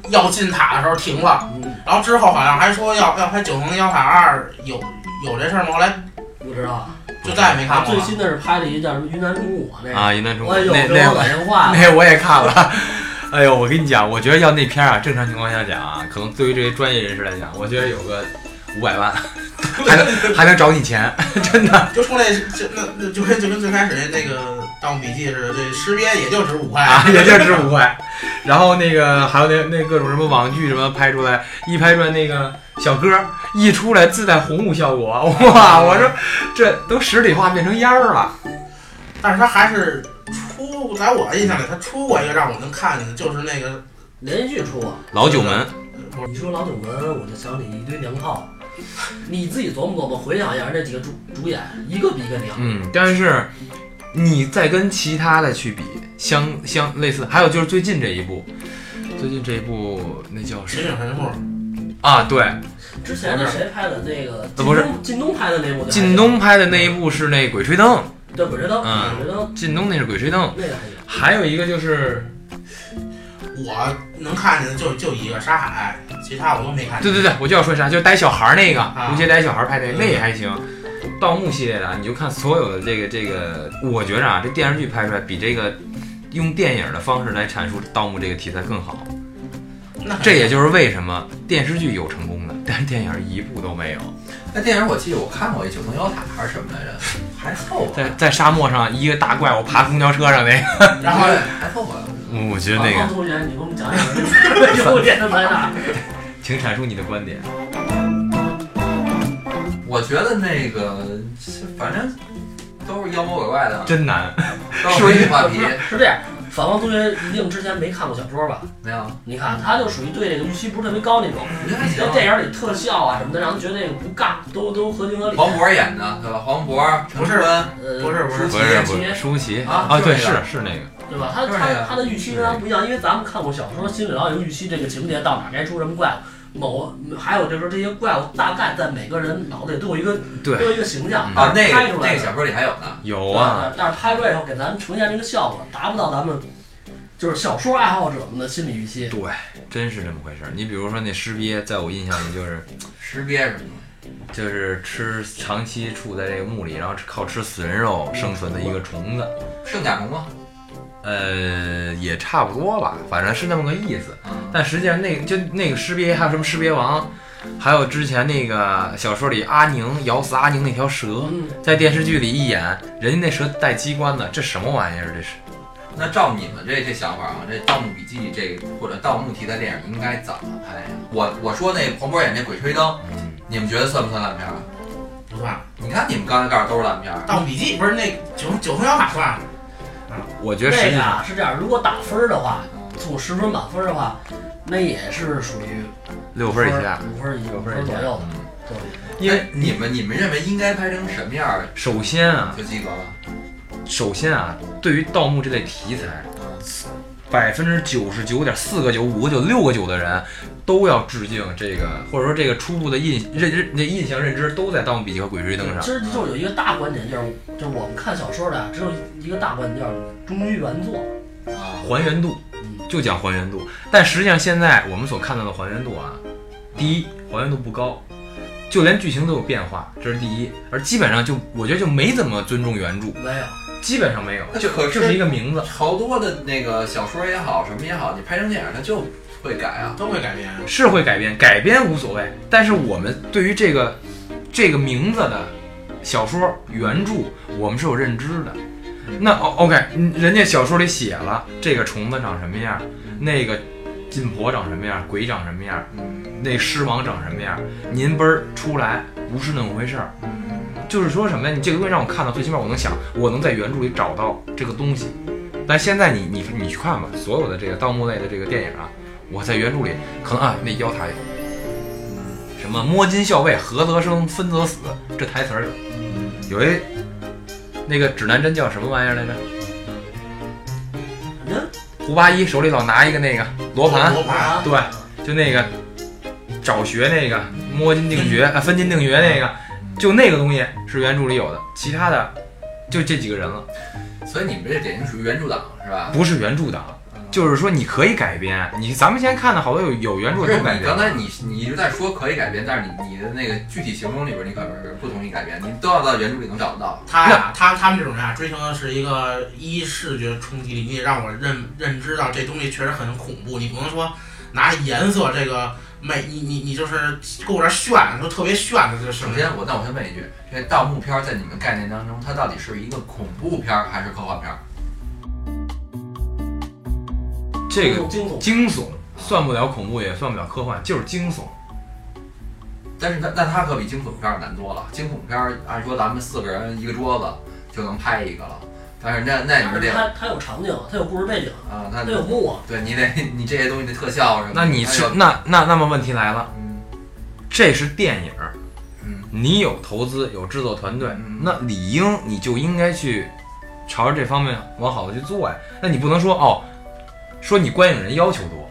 C: 要进塔的时候停了，
B: 嗯，
C: 然后之后好像还说要要拍九层妖塔二，有有这事儿吗？后来
B: 不知道。
C: 就再也没看过
B: 最
C: 了。
B: 新的是拍了一个叫什么云南中古那个，
D: 啊，云南中国
B: 哎呦，
D: 那
B: 给
D: 那
B: 我恶
D: 我
B: 心坏了。
D: 那我也看了。哎呦，我跟你讲，我觉得要那片儿啊，正常情况下讲啊，可能对于这些专业人士来讲，我觉得有个五百万，还 能还能找你钱，真的。
C: 就出来就那那就跟就跟最开始那个《盗墓笔记》似的，这识别也就值五块
B: 哎
D: 啊，也就值五块。 然后那个还有那那各种什么网剧什么拍出来，一拍出来那个小哥儿一出来自带红雾效果，
B: 哎
D: 哇！我说这都实体化变成烟儿了。
C: 但是他还是出，在我印象里，他出过一个让我能看见的，就是那个
B: 连续出啊！
D: 老九门，
C: 不是
B: 你说老九门，我就想起一堆娘炮。你自己琢磨琢磨，回想一下这几个主主演，一个比一个娘。
D: 嗯，但是你再跟其他的去比，相相类似，还有就是最近这一部，最近这一部那叫
C: 《
D: 什
C: 神
D: 么
C: 隐神父》，
D: 啊？对，
B: 之前那谁拍的那个？
D: 呃不是
B: 靳东靳东拍的那部叫什么。
D: 靳东拍的那一部是那《鬼吹灯
B: 对《鬼吹灯》，
D: 嗯
B: 《鬼吹灯》》，
D: 靳东那是《鬼吹灯》，
B: 那个还行。
D: 还有一个就是，嗯
C: 我能看见的就就一个沙海，其他我都没看
D: 对
C: 见。
D: 对对，我就要说啥，就是逮小孩儿那个，吴邪逮小孩儿拍那个，那也还行。盗墓系列的啊，你就看所有的这个这个，我觉着啊，这电视剧拍出来比这个用电影的方式来阐述盗墓这个题材更好。
C: 那
D: 这也就是为什么电视剧有成功的，但是电影一部都没有。
A: 那电影我记得我看过一九层妖塔还是什么来着，还凑合，
D: 在在沙漠上，一个大怪物爬公交车上那个，哦
C: 然后
A: 对还凑合。
D: 嗯我觉得那
B: 王
D: 个，
B: 同学，你给我们讲讲这个优点在 哪儿？
D: 请阐述你的观点。啊
A: 我觉得那个反正都是妖魔鬼怪的，
D: 真难，
A: 都是文艺话题，
B: 是这样，反光同学一定之前没看过小说吧？
A: 没有，
B: 你看，他就属于对这个预期不是特别高那
D: 嗯
B: 种。
A: 我觉得还
B: 像
A: 行。
B: 电影里特效啊什么的，让人觉得那个不尬，都都合情合理。
A: 黄渤演的对吧？黄渤、陈
C: 不是
A: 坤，
B: 呃，
C: 不是不是
A: 舒
D: 不
A: 淇
D: 是
B: 今
D: 不是，
B: 天
D: 舒淇
A: 啊
D: 啊，对，
A: 就是那
D: 是
A: 个
D: 是那个，
B: 对吧？他
A: 就是那
B: 他
A: 个
B: 他的预期跟咱不一样，因为咱们看过小说，心里老有预期，这个情节到哪儿该出什么怪物，某还有就是这些怪物大概在每个人脑子里都有一个
D: 对
B: 都有一个形象
D: 嗯
A: 啊，那
B: 拍
A: 个
B: 出
A: 那
B: 来
A: 个
B: 的。
A: 小说里还有呢。
D: 有
B: 对
D: 啊，
B: 但是拍出来以后给咱们呈现这个效果，达不到咱们就是小说爱好者们的心理预
D: 嗯
B: 期。
D: 真是这么回事儿。你比如说那尸鳖，在我印象里就是。
A: 识别什么的，
D: 就是吃长期处在这个墓里，然后靠吃死人肉生存的一个虫子，
A: 圣甲啊虫吗？
D: 呃，也差不多吧，反正是那么个意思。
A: 嗯，
D: 但实际上那就那个尸鳖，还有什么尸鳖王，还有之前那个小说里阿宁咬死阿宁那条蛇，
B: 嗯，
D: 在电视剧里一演，人家那蛇带机关的，这什么玩意儿？这是
A: 那照你们这这想法啊，这《盗墓笔记》这或者盗墓题材电影应该怎么拍呀？我我说那黄渤演那《鬼吹灯》，
D: 嗯
A: 你们觉得算不算烂片儿啊？
C: 不算，
A: 你看你们刚才告诉都是烂片儿，
C: 《盗墓笔记》不是那九九层妖塔算吗？
D: 我觉
B: 这
D: 得实际
B: 个
D: 上
B: 啊是这样，如果打分儿的话，
A: 嗯
B: 从十分满分儿的话，那也是属于
D: 六分以下，
B: 五分儿以
D: 六
B: 五
D: 分
B: 分
D: 儿
B: 儿
D: 以下嗯
B: 左右的。对，
D: 因为
A: 哎你们你们认为应该拍成什么样儿
D: 首先啊，
A: 就及格了？
D: 首先啊，对于盗墓这类题材，
A: 嗯，
D: 百分之九十九点四个九、五个九、六个九的人，都要致敬这个，或者说这个初步的印认认那印象认知都在《盗墓笔记》和《鬼吹灯》上
B: 其。实就是有一个大观点，就是就是我们看小说的啊只有一个大观点，就是忠于原作。
A: 啊，
D: 还原度，就讲还原度。但实际上现在我们所看到的还原度啊，第一还原度不高，就连剧情都有变化，这是第一。而基本上就我觉得就没怎么尊重原著，
B: 没有，
D: 基本上没有，就
A: 可是
D: 就是一个名字。
A: 好多的那个小说也好，什么也好，你拍成电影它就会改啊。
C: 都会改编。
D: 是会改编，改编无所谓，但是我们对于这个这个名字的小说原著，我们是有认知的。哦嗯那 O OK，人家小说里写了这个虫子长什么样，那个金婆长什么样，鬼长什么样，
A: 嗯
D: 那狮王长什么样，您嘣儿出来不是那么回事儿。
A: 嗯
D: 就是说什么呀？你这个东西让我看到，最起码我能想，我能在原著里找到这个东西。但现在你你你去看吧，所有的这个盗墓类的这个电影啊，我在原著里可能啊那妖塔有什么摸金校尉，合则生，分则死，这台词儿有。有一那个指南针叫什么玩意儿来着？
B: 人
D: 胡八一手里老拿一个那个罗盘，
C: 罗盘，
B: 啊
D: 对，就那个找学那个摸金定穴啊，分金定穴那个，
A: 嗯
D: 就那个东西是原著里有的，其他的就这几个人了。
A: 所以你们这典型属于原著党是吧？
D: 不是原著党，
A: 嗯
D: 就是说你可以改编。你咱们现在看的好多有有原著
A: 不是
D: 都改
A: 你
D: 编
A: 刚。才你你一直在说可以改编，但是你你的那个具体形容里边，你可是不同意改编，你都要到原著里能找得到。
C: 他呀，他他们这种人啊，追求的是一个一视觉冲击力，你得让我认认知到这东西确实很恐怖。你不能说拿颜色这个美，你你你就是给我这炫，说特别炫的这什
A: 首
C: 么？
A: 先我那我先问一句，这盗墓片在你们概念当中，它到底是一个恐怖片还是科幻片？
D: 这个
B: 惊悚，
D: 惊悚算不了恐怖，也算不了科幻，就是惊悚。
A: 但是它那它可比惊悚片儿难多了。惊悚片儿按说咱们四个人一个桌子就能拍一个了，但是那那你
B: 但
A: 们
B: 是
A: 得
B: 它它有场景，它有故事背景，
A: 啊，那
B: 它
D: 嗯
B: 有幕啊，
A: 对你得你这些东西的特效什么的，
D: 那你
A: 还
D: 是
A: 有
D: 那那那么问题来了，
A: 嗯
D: 这是电影，
A: 嗯
D: 你有投资有制作团队
A: 嗯，
D: 那理应你就应该去朝着这方面往好的去做呀。那你不能说哦，说你观影人要求多，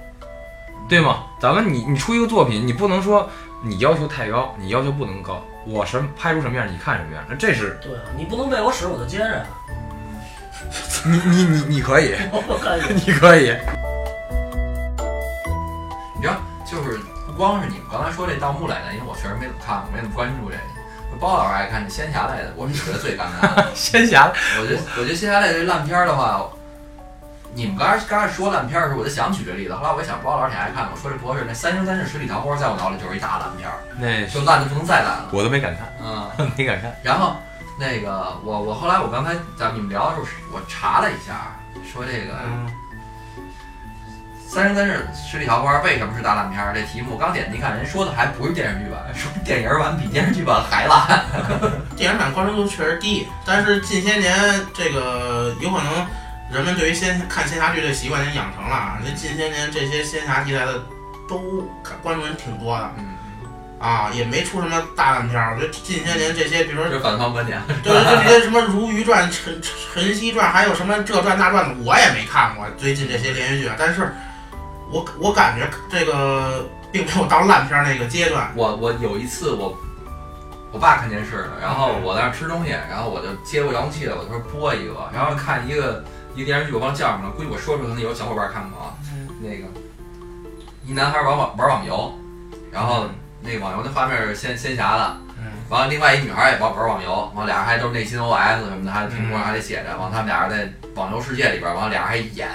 D: 对吗？咱们你你出一个作品，你不能说你要求太高，你要求不能高。我什么拍出什么样，你看什么样，那这是
B: 对啊，你不能喂我屎我就接着呀，
D: 你你你你可以，
B: 我感觉
D: 你可以，
A: 你知道，就是不光是你们刚才说这盗墓来的，因为我确实没怎么看，我没怎么关注这个。包老师爱看这仙侠类的，我是觉得最尴尬 的。
D: 仙侠
A: 我觉得我觉得仙侠类这烂片儿的话，你们刚才刚开始说烂片儿的时候，我就想举这例子。后来我一想，包老师挺爱看，我说这不合适。那《三生三世十里桃花》在我脑里就是一大烂片儿，
D: 那
A: 就烂的不能再烂了。
D: 我都没敢看，
A: 嗯，
D: 没敢看。
A: 然后那个我我后来我刚才咱们你们聊的时候，我查了一下，说这个
C: 嗯，
A: 三生三世十里桃花为什么是大烂片儿？这题目刚点进去看，人说的还不是电视剧版，说电影版比电视剧版还烂。
C: 电影版关注度确实低，但是近些年这个有可能人们对于仙看仙侠剧这习惯已经养成了啊。那近些年这些仙侠题材的都看关注人挺多的
A: 嗯，
C: 啊，也没出什么大烂片儿。我觉得近些年这些，比如说
A: 这 是反方观点。
C: 对，就这些什么《如懿传》《陈陈曦传》，还有什么这传那传的，我也没看过。最近这些连续剧啊，但是我我感觉这个并没有到烂片儿那个阶段。
A: 我我有一次我我爸看电视呢，然后
D: 嗯
A: 我在那儿吃东西，然后我就接过遥控器了，我就说播一个，然后看一个一个电视剧，我忘了叫什么了，估计我说出来可能有小伙伴看过啊。那个一男孩玩网玩网游，然
D: 嗯
A: 后那网游那画面是仙仙侠的，
C: 嗯，
A: 完了，另外一女孩也玩玩网游，完了俩人还都是内心 OS 什么的，还屏
D: 嗯
A: 幕上还得写着，完了他们俩人在网游世界里边儿，完了俩人还演，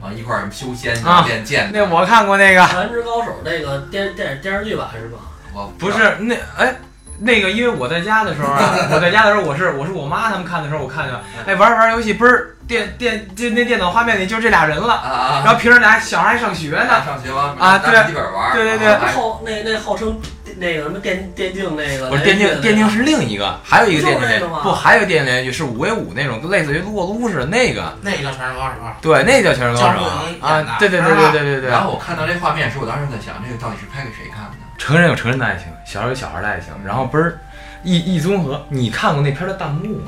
A: 完了一块儿修仙去
D: 啊
A: 练剑去。
D: 那我看过那 个，
B: 《全职高手》这个电电电视剧版是吧？
A: 我
D: 不是那哎。那个，因为我在家的时候 啊，我在家的时候，我是我是我妈他们看的时候，我看见了，哎，玩着玩着游戏，嘣儿电电这那电脑画面里就这俩人了，
A: 啊啊，
D: 然后平时俩小孩还上学呢，
A: 上学完
D: 啊对
A: 拿笔记本玩，啊
D: 对对对啊
A: 然后还
B: 后啊那那号称那个什么电电竞那个，
D: 不是电竞，电竞是另一个，还有一个电竞
B: 就是那
D: 连
B: 个吗
D: 不，还有电竞连续剧是五 v 五那种，类似于撸啊撸似的那个，
C: 那个叫《全是高手》啊。
D: 对，那叫《全职高
C: 姜
D: 手
C: 文演》的
D: 啊，对对对
C: 是吧
D: 对对对对。
A: 然后我看到这画面时，我当时在想，这个到底是拍给谁看的？
D: 成人有成人的爱情，小孩有小孩的爱情，然后嘣儿一一综合。你看过那片儿的弹幕吗？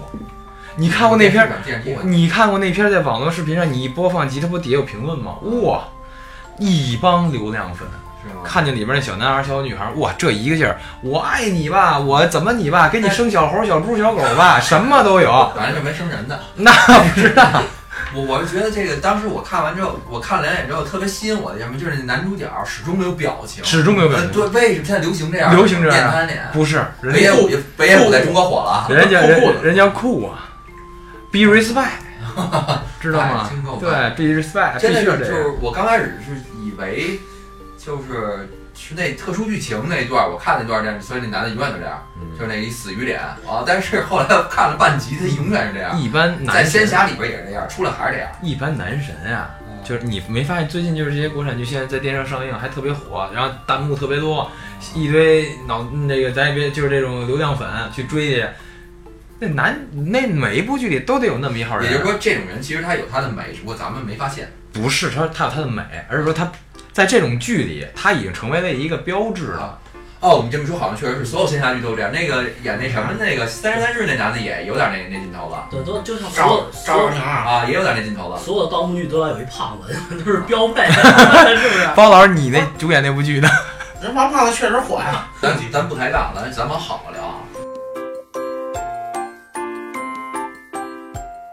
D: 你看过那片儿？
A: 电视剧
D: 我
A: 版？
D: 你看过那片儿在网络视频上你一播放及它不底下有评论吗？
A: 嗯
D: 哇，一帮流量粉
A: 是吗？
D: 看见里边那小男孩、小女孩，哇，这一个劲儿，我爱你吧，我怎么你吧，给你生小猴、小猪、小狗 吧，什么都有。
A: 反正是没生人的。
D: 不知道
A: 我我是觉得这个，当时我看完之后，我看了两眼之后，特别吸引我的什么，就是那男主角始终没有表情。
D: 始终没有表
A: 呃对，
D: 情，
A: 为什么现在流行这样？
D: 流行这样
A: 面瘫脸。
D: 不是人
A: 北野
D: 家
A: 武，北野武在中国火了啊，
D: 人家
C: 酷酷
D: 人
C: 的
D: 人家酷啊，be respect，知道
A: 哎
D: 吗？
A: 听够
D: 对，be respect，必
A: 真
D: 须
A: 的
D: 是
A: 是
D: 这
A: 就
D: 样。
A: 是我刚开始是以为就是是那特殊剧情那一段，我看那段电视，所以那男的永远就这样，
D: 嗯
A: 就是那一死鱼脸啊。但是后来我看了半集，他永远是这样，
D: 一般
A: 在
D: 男
A: 仙
D: 神，
A: 侠里边也是这样，出来还是这样。
D: 一般男神啊，就是你没发现最近就是这些国产剧现在在电视上上映还特别火，然后弹幕特别多，一堆脑那个咱也别就是这种流量粉去追去，那男那每一部剧里都得有那么一号
A: 也就是
D: 人，
A: 说，这种人其实他有他的美，只不过咱们没发现。
D: 不是他他有他的美，而是说他在这种剧里他已经成为了一个标志了。
A: 哦，你这么说好像确实是所有仙侠剧都这样。那个演那什么那个三十三世那男的也有点那那劲头了
B: 对，都就像所
C: 赵
B: 有所
C: 赵又廷
B: 有
C: 啊，
A: 啊，也有点那劲头了。
B: 所有盗墓剧都要有一胖子， 都是标 配，是不是？啊
D: 包老师，你那主演那部剧呢？
C: 人王胖子确实火呀，
A: 咱咱不抬杠，咱咱往好了聊啊。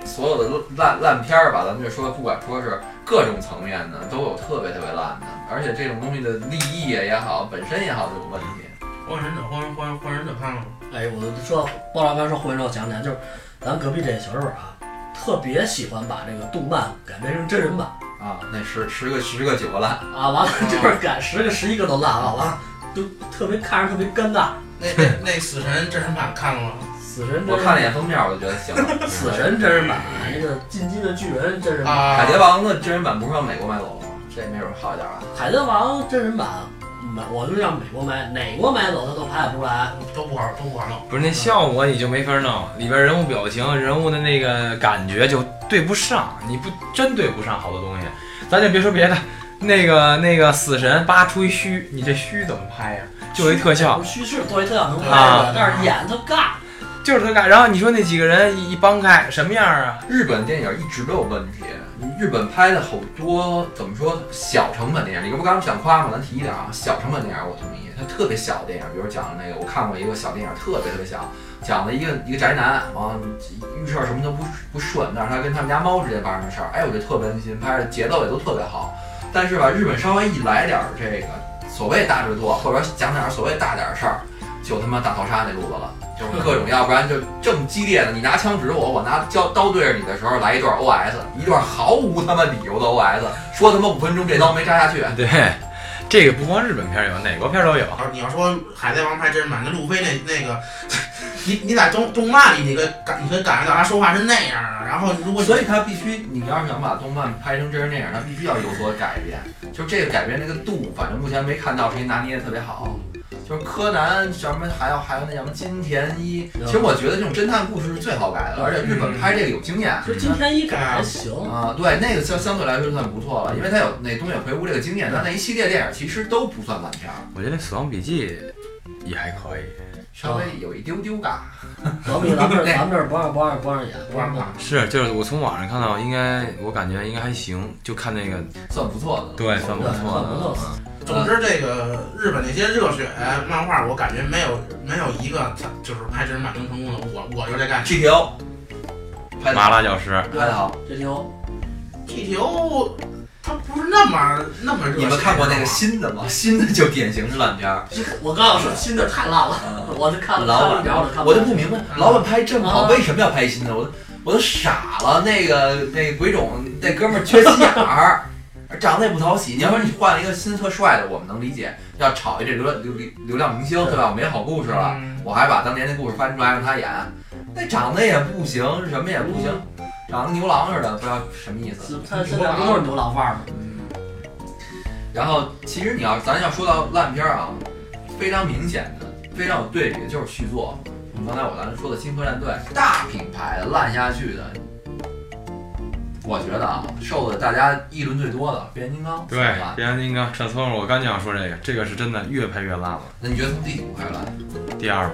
A: 所有的烂烂片儿吧，咱们就说，不管说是各种层面的，都有特别特别烂的，而且这种东西的立意也好，本身也好就有问题。
C: 火影忍者、火影火影火影忍者看了吗？
B: 哎，我就说包老刚说火影忍者，我想起来，就是咱隔壁这小日本啊，特别喜欢把这个动漫改编成真人版
A: 啊，那十十个十个九个烂，
B: 啊，完了就是改十个十一个都烂啊，完了就特别看着特别尴尬。
C: 那那那死神真人版看了吗？
B: 死神
A: 我
B: 真人
A: 看了一
B: 版，
A: 眼封面，我就觉得行了。
B: 死神真人版，那个进击的巨人真人版，
C: 啊
A: 海，贼王的真人版不是让美国买走了吗？这没准好一点啊。
B: 海贼王真人版，买我就让美国买，哪国买走他都拍不出来。
C: 都不好，都不好弄。
D: 不是那效果你就没法弄，里边人物表情、人物的那个感觉就对不上，你不真对不上好多东西。咱就别说别的，那个那个死神八出一虚，你这虚怎么拍呀？就一特效，
B: 虚是作为特效能拍出
C: 啊
B: 来，但是演特尬。
D: 就是特尬。然后你说那几个人一一帮开什么样啊？
A: 日本电影一直都有问题，日本拍的好多怎么说小成本电影，你这不刚刚想夸吗？咱提一点啊，小成本电影我同意，它特别小的电影，比如讲那个我看过一个小电影，特别特别小，讲的一个一个宅男啊，遇事儿什么都不不顺，但是他跟他们家猫之间发生的事儿，哎，我觉得特别温馨，拍的节奏也都特别好，但是吧，日本稍微一来点儿这个所谓大制作，或者讲点儿所谓大点儿事儿，就他妈大逃杀那路子了。就是各种，要不然就正激烈的，你拿枪指我，我拿刀刀对着你的时候来一段 OS，一段毫无他妈理由的 OS，说他妈五分钟这刀没扎下去，
D: 对，这个不光日本片有，哪国片都有。
C: 要啊是你要说海贼王拍真人版，那路飞那那个， 你你在动动漫里，你可感你可感觉到他说话是那样的。然后如果你
A: 所以他必须，你要是想把动漫拍成真人电影，他必须要有所改变，就这个改变那个度，反正目前没看到谁拿捏的特别好。就是柯南什么，还有还有那什么金田一，其实我觉得这种侦探故事是最好改的，而且日本拍这个有经验。
B: 就今天一改还行，
A: 啊，对，那个相相对来说算不错了，因为他有那东野奎吾这个经验，他那一系列电影其实都不算烂片儿，
D: 我觉得《死亡笔记》也还可以，
A: 稍微有一丢丢尬。
B: 隔壁咱们这咱们这不让不让不让演，不
C: 不让
B: 让
C: 看
B: 看。，
A: 嗯
D: 是就是我从网上看到，应该我感觉应该还行，就看那个
A: 算不错的，
D: 对算不
B: 对，算不错。
C: 总之，这个日本那些热血漫画，我感觉没有没有一个它就是拍真人版能成功的。我我就这概
A: GTO 拍的
D: 麻辣教师，
A: 拍的好，
B: 这牛。
C: GTO，它不是那么那么热血。
A: 你们看过那个
C: 是
A: 新的吗？新的就典型是烂片儿，
B: 我刚想说新的太烂了，
A: 嗯
B: 我就看了
A: 老
B: 看了一秒，我就
A: 板
B: 看嗯
A: 我就不明白，老板拍这么好，
B: 啊
A: 为什么要拍新的？我都我都傻了。那个那鬼冢那哥们儿缺心眼儿。 长得也不讨喜，你要说你换了一个新特帅的，我们能理解，要炒一这流量流流流量明星，对吧？我没好故事了，
B: 嗯
C: 吧？
A: 我还把当年那故事翻出来让他演，那长得也不行，什么也不行，
B: 嗯
A: 长得牛郎似的，不知道什么意思。
B: 明他现在啊不都是牛郎范儿吗？
A: 然后，其实你要咱要说到烂片儿啊，非常明显的、非常有对比的就是续作。刚才我咱说的《星河战队》，大品牌的烂下去的，我觉得啊，受的大家议论最多的《变形金刚》
D: 对
A: 是吧
D: 《？变形金刚》《Transformer》，我刚就想说这个，这个是真的越拍越烂了。
A: 那你觉得从第几部开始烂
D: 第二部。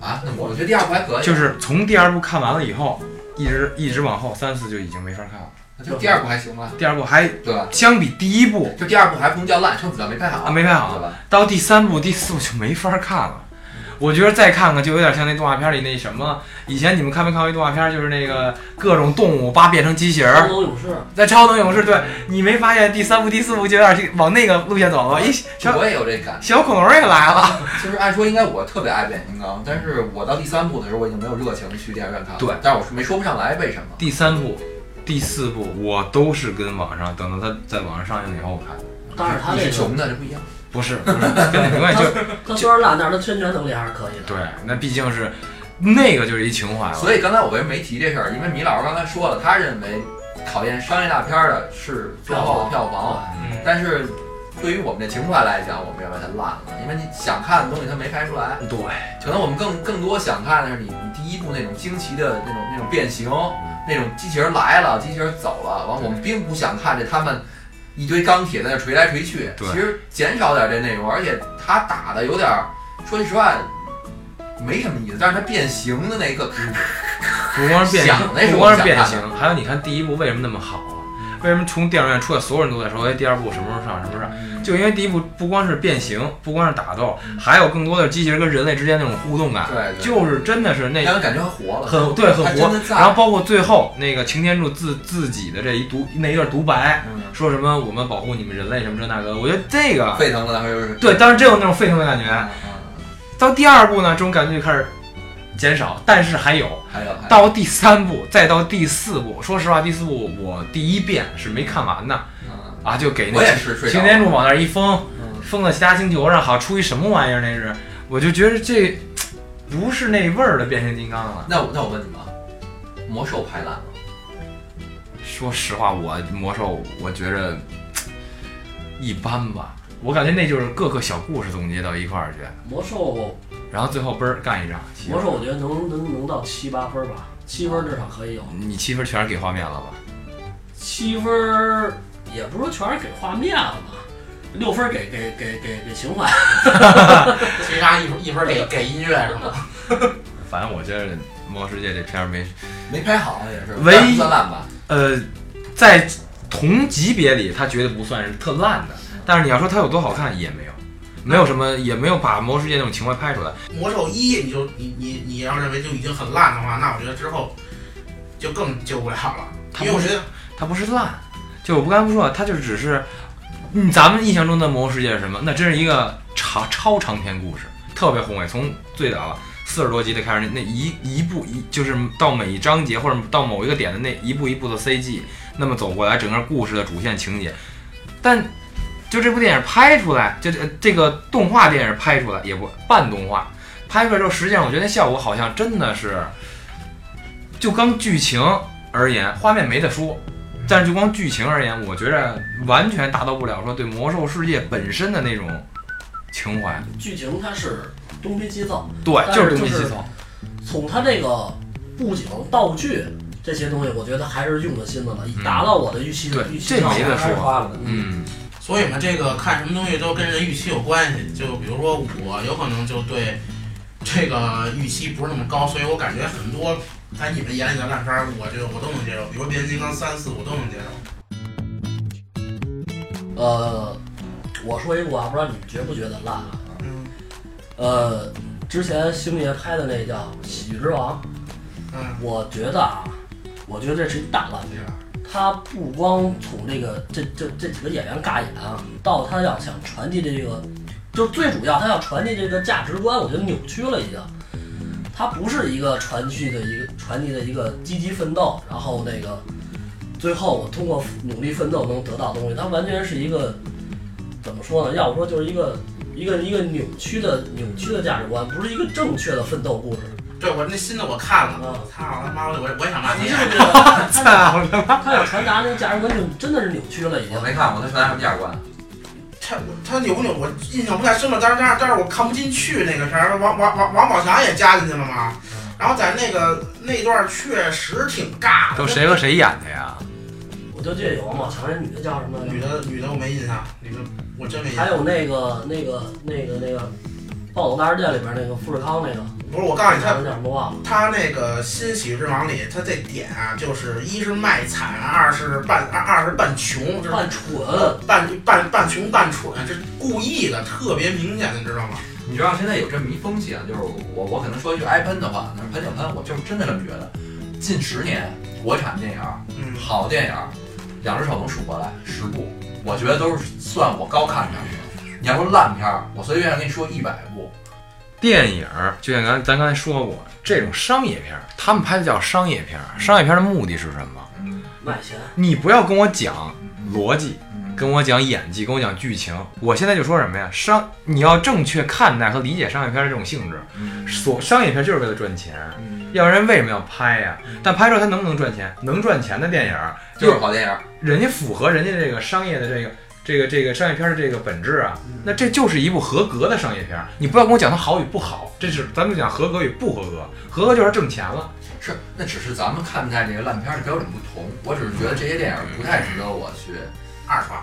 A: 啊？那我觉得第二部还可以，
D: 就是从第二部看完了以后，一直一直往后三四就已经没法看了。
A: 就第二部还行吧，
D: 第二部还
A: 对吧？
D: 相比第一部
A: 就第二部还不能叫烂，《生死战》没拍好，
D: 啊没拍好
A: 对，吧？
D: 到第三部、第四部就没法看了。我觉得再看看就有点像那动画片里那什么，以前你们看没看过一动画片，就是那个各种动物叭变成机器人
B: 超
D: 儿，
B: 能勇士，
D: 在超能勇士，对你没发现第三部、第四部就有点去往那个路线走了？咦，小
A: 我也有这感觉。
D: 小恐龙也来了。
A: 其实按说应该我特别爱变形金刚，但是我到第三部的时候我已经没有热情去电影院看了。
D: 对，
A: 但是我是没说不上来为什么。
D: 第三部、第四部我都是跟网上等到它在网上上映以后我看，
B: 但是他
A: 你
B: 那
A: 是
B: 个
A: 穷的，这不一样。
D: 不是 不是跟那没关系，就
B: 他虽然烂，但是他宣传能力还是可以的。
D: 对，那毕竟是那个就是一情怀了。
A: 所以刚才我为什么没提这事儿？因为米老师刚才说了，他认为考验商业大片儿的是最后的票房，
C: 嗯，
A: 但是对于我们这情怀来讲，我们认为它烂了，因为你想看的东西它没拍出来。
D: 对，
A: 可能我们更更多想看的是你你第一部那种惊奇的那种那种变形，那种机器人来了，机器人走了，完我们并不想看这他们一堆钢铁在那锤来锤去。
D: 对
A: 其实减少点这内容，而且他打的有点儿，说句实话，没什么意思。但是他变形的那个，
D: 嗯不光是变
A: 想那是
D: 形，不
A: 我们
D: 光是
A: 想
D: 变
A: 看
D: 形，还有你看第一部为什么那么好啊？为什么从电影院出来，所有人都在说，哎，第二部什么时候上，什么时候上？就因为第一部不光是变形，不光是打斗，还有更多的机器人跟人类之间那种互动感，
A: 对，对
D: 嗯就是真的是那
A: 让人感觉还活了，
D: 很对很
A: 还真
D: 活
A: 的。在
D: 然后包括最后那个擎天柱自自己的这一独那一段独白，
A: 嗯
D: 说什么我们保护你们人类什么这那个，我觉得这个
A: 沸腾了，然后又是
D: 对，当时真有那种沸腾的感觉。
A: 嗯嗯
D: 到第二部呢，这种感觉就开始减少，但是还有。
A: 还有还有
D: 到第三部，再到第四部，说实话，第四部我第一遍是没看完的
A: 嗯
D: 啊，就给那
A: 我也是睡着
D: 擎
A: 了
D: 天柱往那儿一封，
A: 嗯
D: 封到其他星球上，好像出一什么玩意儿那是，我就觉得这不是那味儿的变形金刚了。
A: 那我那我问你们啊，魔兽拍烂了，
D: 说实话，我魔兽我觉着一般吧，我感觉那就是各个小故事总结到一块儿去，
B: 魔兽，
D: 然后最后嘣儿干一仗。七
B: 魔兽，我觉得能能能到七八分吧，七分至少可以有。
D: 你七分全是给画面了吧？
B: 七分儿也不是说全是给画面了吧，六分儿给给给给给情怀。
C: 其他一分一分给给音乐是吗？
D: 反正我觉得《魔兽世界》这片儿没
A: 没拍好也是，
D: 唯
A: 烂
D: 一
A: 不算烂吧？
D: 呃，在同级别里，它绝对不算是特烂的。但是你要说它有多好看，也没有，没有什么，也没有把《魔兽世界》那种情怀拍出来。
C: 魔兽一你就你你你要认为就已经很烂的话，那我觉得之后就更救不了了，
D: 它
C: 因为我
D: 不
C: 觉
D: 是
C: 得
D: 它不是烂，就我不刚才不说，它就只是，嗯，咱们印象中的《魔兽世界》是什么？那真是一个长超长篇故事，特别宏伟，从最早。四十多集的开始，那一一步一就是到每一章节或者到某一个点的那一步一步的 CG，那么走过来整个故事的主线情节，但就这部电影拍出来，就这呃这个动画电影拍出来也不半动画，拍出来之后，实际上我觉得那效果好像真的是，就光剧情而言，画面没得说，但是就光剧情而言，我觉着完全达到不了说对魔兽世界本身的那种情怀。
B: 剧情它是东拼西凑，
D: 对，
B: 就是
D: 东
B: 就
D: 拼西
B: 是
D: 凑。
B: 从它这个布景、道具这些东西，我觉得还是用了心的了，达到我的预期的
D: 嗯对
B: 预期
D: 这
B: 上
D: 没得
B: 了。
D: 说
A: 花了
D: 嗯，
C: 所以嘛，这个看什么东西都跟人预期有关系。就比如说我有可能就对这个预期不是那么高，所以我感觉很多在你们眼里的烂片儿，我就我都能接受。比如说《变形金刚》三四，我都能接受。
B: 呃，我说一个，啊我不知道你们觉不觉得烂啊？
C: 嗯
B: 呃，之前星爷拍的那叫《喜剧之王》，
C: 嗯，
B: 我觉得啊，我觉得这是一大烂片儿。他不光从这个这这这几个演员尬演啊，到他要想传递这个，就是最主要他要传递这个价值观，我觉得扭曲了已经。他不是一个传去的一个传递的一个积极奋斗，然后那个最后我通过努力奋斗能得到的东西，他完全是一个怎么说呢？要不说就是一个一个一个扭曲的扭曲的价值观，不是一个正确的奋斗故事。
C: 对我那新的我看了，
B: 嗯
C: 操他妈的，我我也想骂啊
B: 你
C: 街
B: 是。不是觉得？
D: 操他妈！
B: 他要传达那个价值观就真的是扭曲了，已经
A: 我。没看过，他传达什么价值观？
C: 他他扭不扭？我印象不太深了，但是但是但是我看不进去那个事儿。王王王王宝强也加进去了嘛。
B: 嗯
C: 然后在那个那段儿确实挺尬的。
D: 都谁和谁演的呀？
B: 我就记得有王宝强，那女的叫什么来着
C: 女的女的我没印象，女的我真没印象
B: 还。有那个那个那个那个《暴走大事件》里边那个富士康那个，
C: 不是我告诉你，他
B: 叫什么忘了。
C: 他那个《新喜剧之王》里，他这点啊，就是一是卖惨，二是扮二二是扮穷，这
B: 犯蠢，
C: 扮扮扮穷扮蠢，这是故意的，特别明显的，你知道吗？
A: 你知道现在有这么一风气啊，就是我我可能说一句挨喷的话，但是喷就喷，我就是真的这么觉得。近十年国产电影儿
C: 嗯，
A: 好电影儿，两只手能数过来十部，我觉得都是算我高看上的。你要说烂片儿，我随便跟你说一百部，
D: 电影儿就像咱咱刚才说过，这种商业片儿，他们拍的叫商业片儿。商业片儿的目的是什么？
A: 嗯
B: 卖钱。
D: 你不要跟我讲逻辑，
A: 嗯
D: 跟我讲演技，跟我讲剧情。我现在就说什么呀？商，你要正确看待和理解商业片的这种性质。
A: 嗯
D: 所商业片就是为了赚钱，
A: 嗯
D: 要不然为什么要拍呀？但拍出来它能不能赚钱？能赚钱的电影儿，
A: 就是好电影。
D: 人家符合人家这个商业的这个这个这个商业片儿的这个本质啊，那这就是一部合格的商业片儿。你不要跟我讲它好与不好，这是咱们讲合格与不合格，合格就是挣钱了。
A: 是，那只是咱们看待这个烂片儿的标准不同。我只是觉得这些电影不太值得我去，
C: 二刷，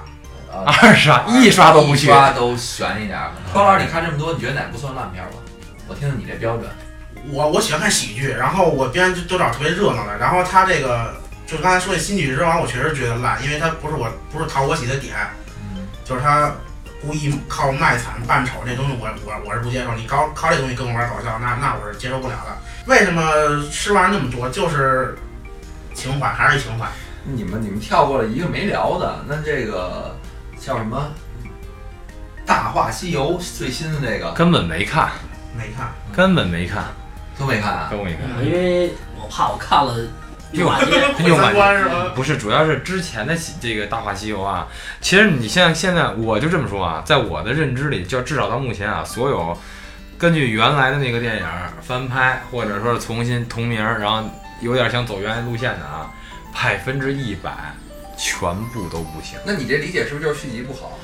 A: 呃，
D: 二刷啊一刷都不
A: 一
D: 去，
A: 刷都悬一点儿。高老师，你看这么多，你觉得哪部算烂片儿吧？我听听你这标准。
C: 我我喜欢看喜剧，然后我边就都找特别热闹的，然后他这个就刚才说的新喜剧之王，我确实觉得烂，因为他不是我不是讨我喜的点，
A: 嗯，
C: 就是他故意靠卖惨扮丑这东西我，我我是不接受。你靠靠这东西跟我玩搞笑，那那我是接受不了的。为什么失望那么多？就是情怀，还是情怀。
A: 你们你们跳过了一个没聊的，那这个叫什么？《大话西游》最新的那个
D: 根本没看，
C: 没看，
D: 根本没看，
A: 都没看啊？
D: 都没看。
C: 嗯
B: 因为我怕我看了又骂街。
D: 很有
C: 三
D: 感
C: 观是吧？
D: 不是，主要是之前的喜这个《大话西游》啊，其实你像现在，我就这么说啊，在我的认知里，就至少到目前啊，所有根据原来的那个电影翻拍，或者说是重新同名，然后有点想走原来路线的啊，百分之一百全部都不行。
A: 那你这理解是不是就是续集不好？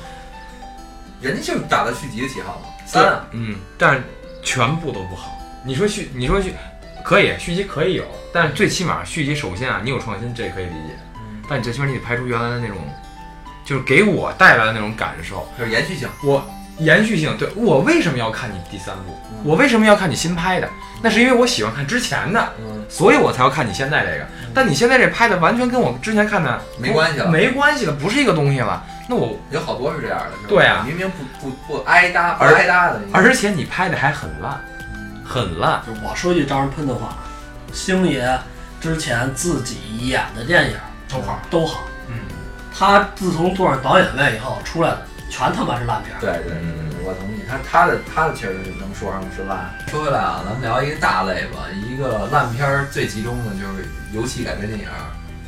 A: 人家就是打的续集的旗号嘛。三啊，
D: 嗯，但是全部都不好。你说续，你说续，可以续集可以有，但是最起码续集首先啊，你有创新，这可以理解。
A: 嗯
D: 但你最起码你得拍出原来的那种，就是给我带来的那种感受。
A: 就是延续性。
D: 我延续性，对我为什么要看你第三部
A: 嗯？
D: 我为什么要看你新拍的？那是因为我喜欢看之前的，
A: 嗯，
D: 所以我才要看你现在这个。但你现在这拍的完全跟我之前看的
A: 没关系了
D: 嗯没关系了，嗯不是一个东西了。那我
A: 有好多是这样的。是吧
D: 对啊
A: 明明不不不挨搭，不
D: 而
A: 挨搭的。
D: 而且你拍的还很烂，很烂。
B: 就是我说句招人喷的话，星爷之前自己演的电影
C: 都好，
B: 都好，
C: 嗯，
B: 他自从坐上导演位以后出来了，全他妈是烂片儿。
A: 对对，对，我同意。他他的他的确实是能说上是烂。说回来啊，咱们聊一个大类吧，一个烂片儿最集中的就是游戏改编电影儿，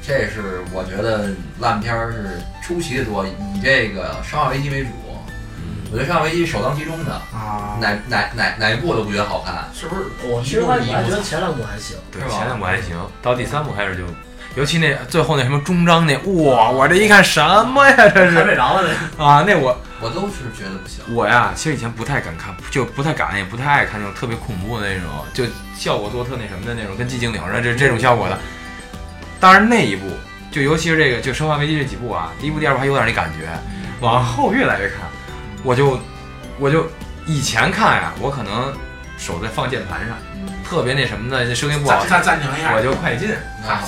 A: 这是我觉得烂片儿是出奇的多，以这个《生化危机》为主。我觉得《生化危机》首当其冲的，
C: 啊，
A: 哪哪哪哪一部都不觉得好看。
C: 是不是
B: 我其实我还觉得前两部还行，
D: 对嗯
A: 是，吧
D: 前两部还行，到第三部开始就，尤其那最后那什么终章那，哇，我这一看什么呀，这
B: 还
D: 是
B: 没着了 呢。
D: 啊，那我
A: 我都是觉得不行。
D: 我呀，其实以前不太敢看，就不太敢，也不太爱看那种特别恐怖的那种，就效果做特那什么的那种，跟寂静岭似的这这种效果的。当然那一部，就尤其是这个，就《生化危机》这几部啊，第一部、第二部还有点那感觉，往后越来越看，我就我就以前看呀，我可能手在放键盘上，
A: 嗯
D: 特别那什么的，这声音不好
C: 暂，暂暂停一下
D: 我？就快进。
A: 啊，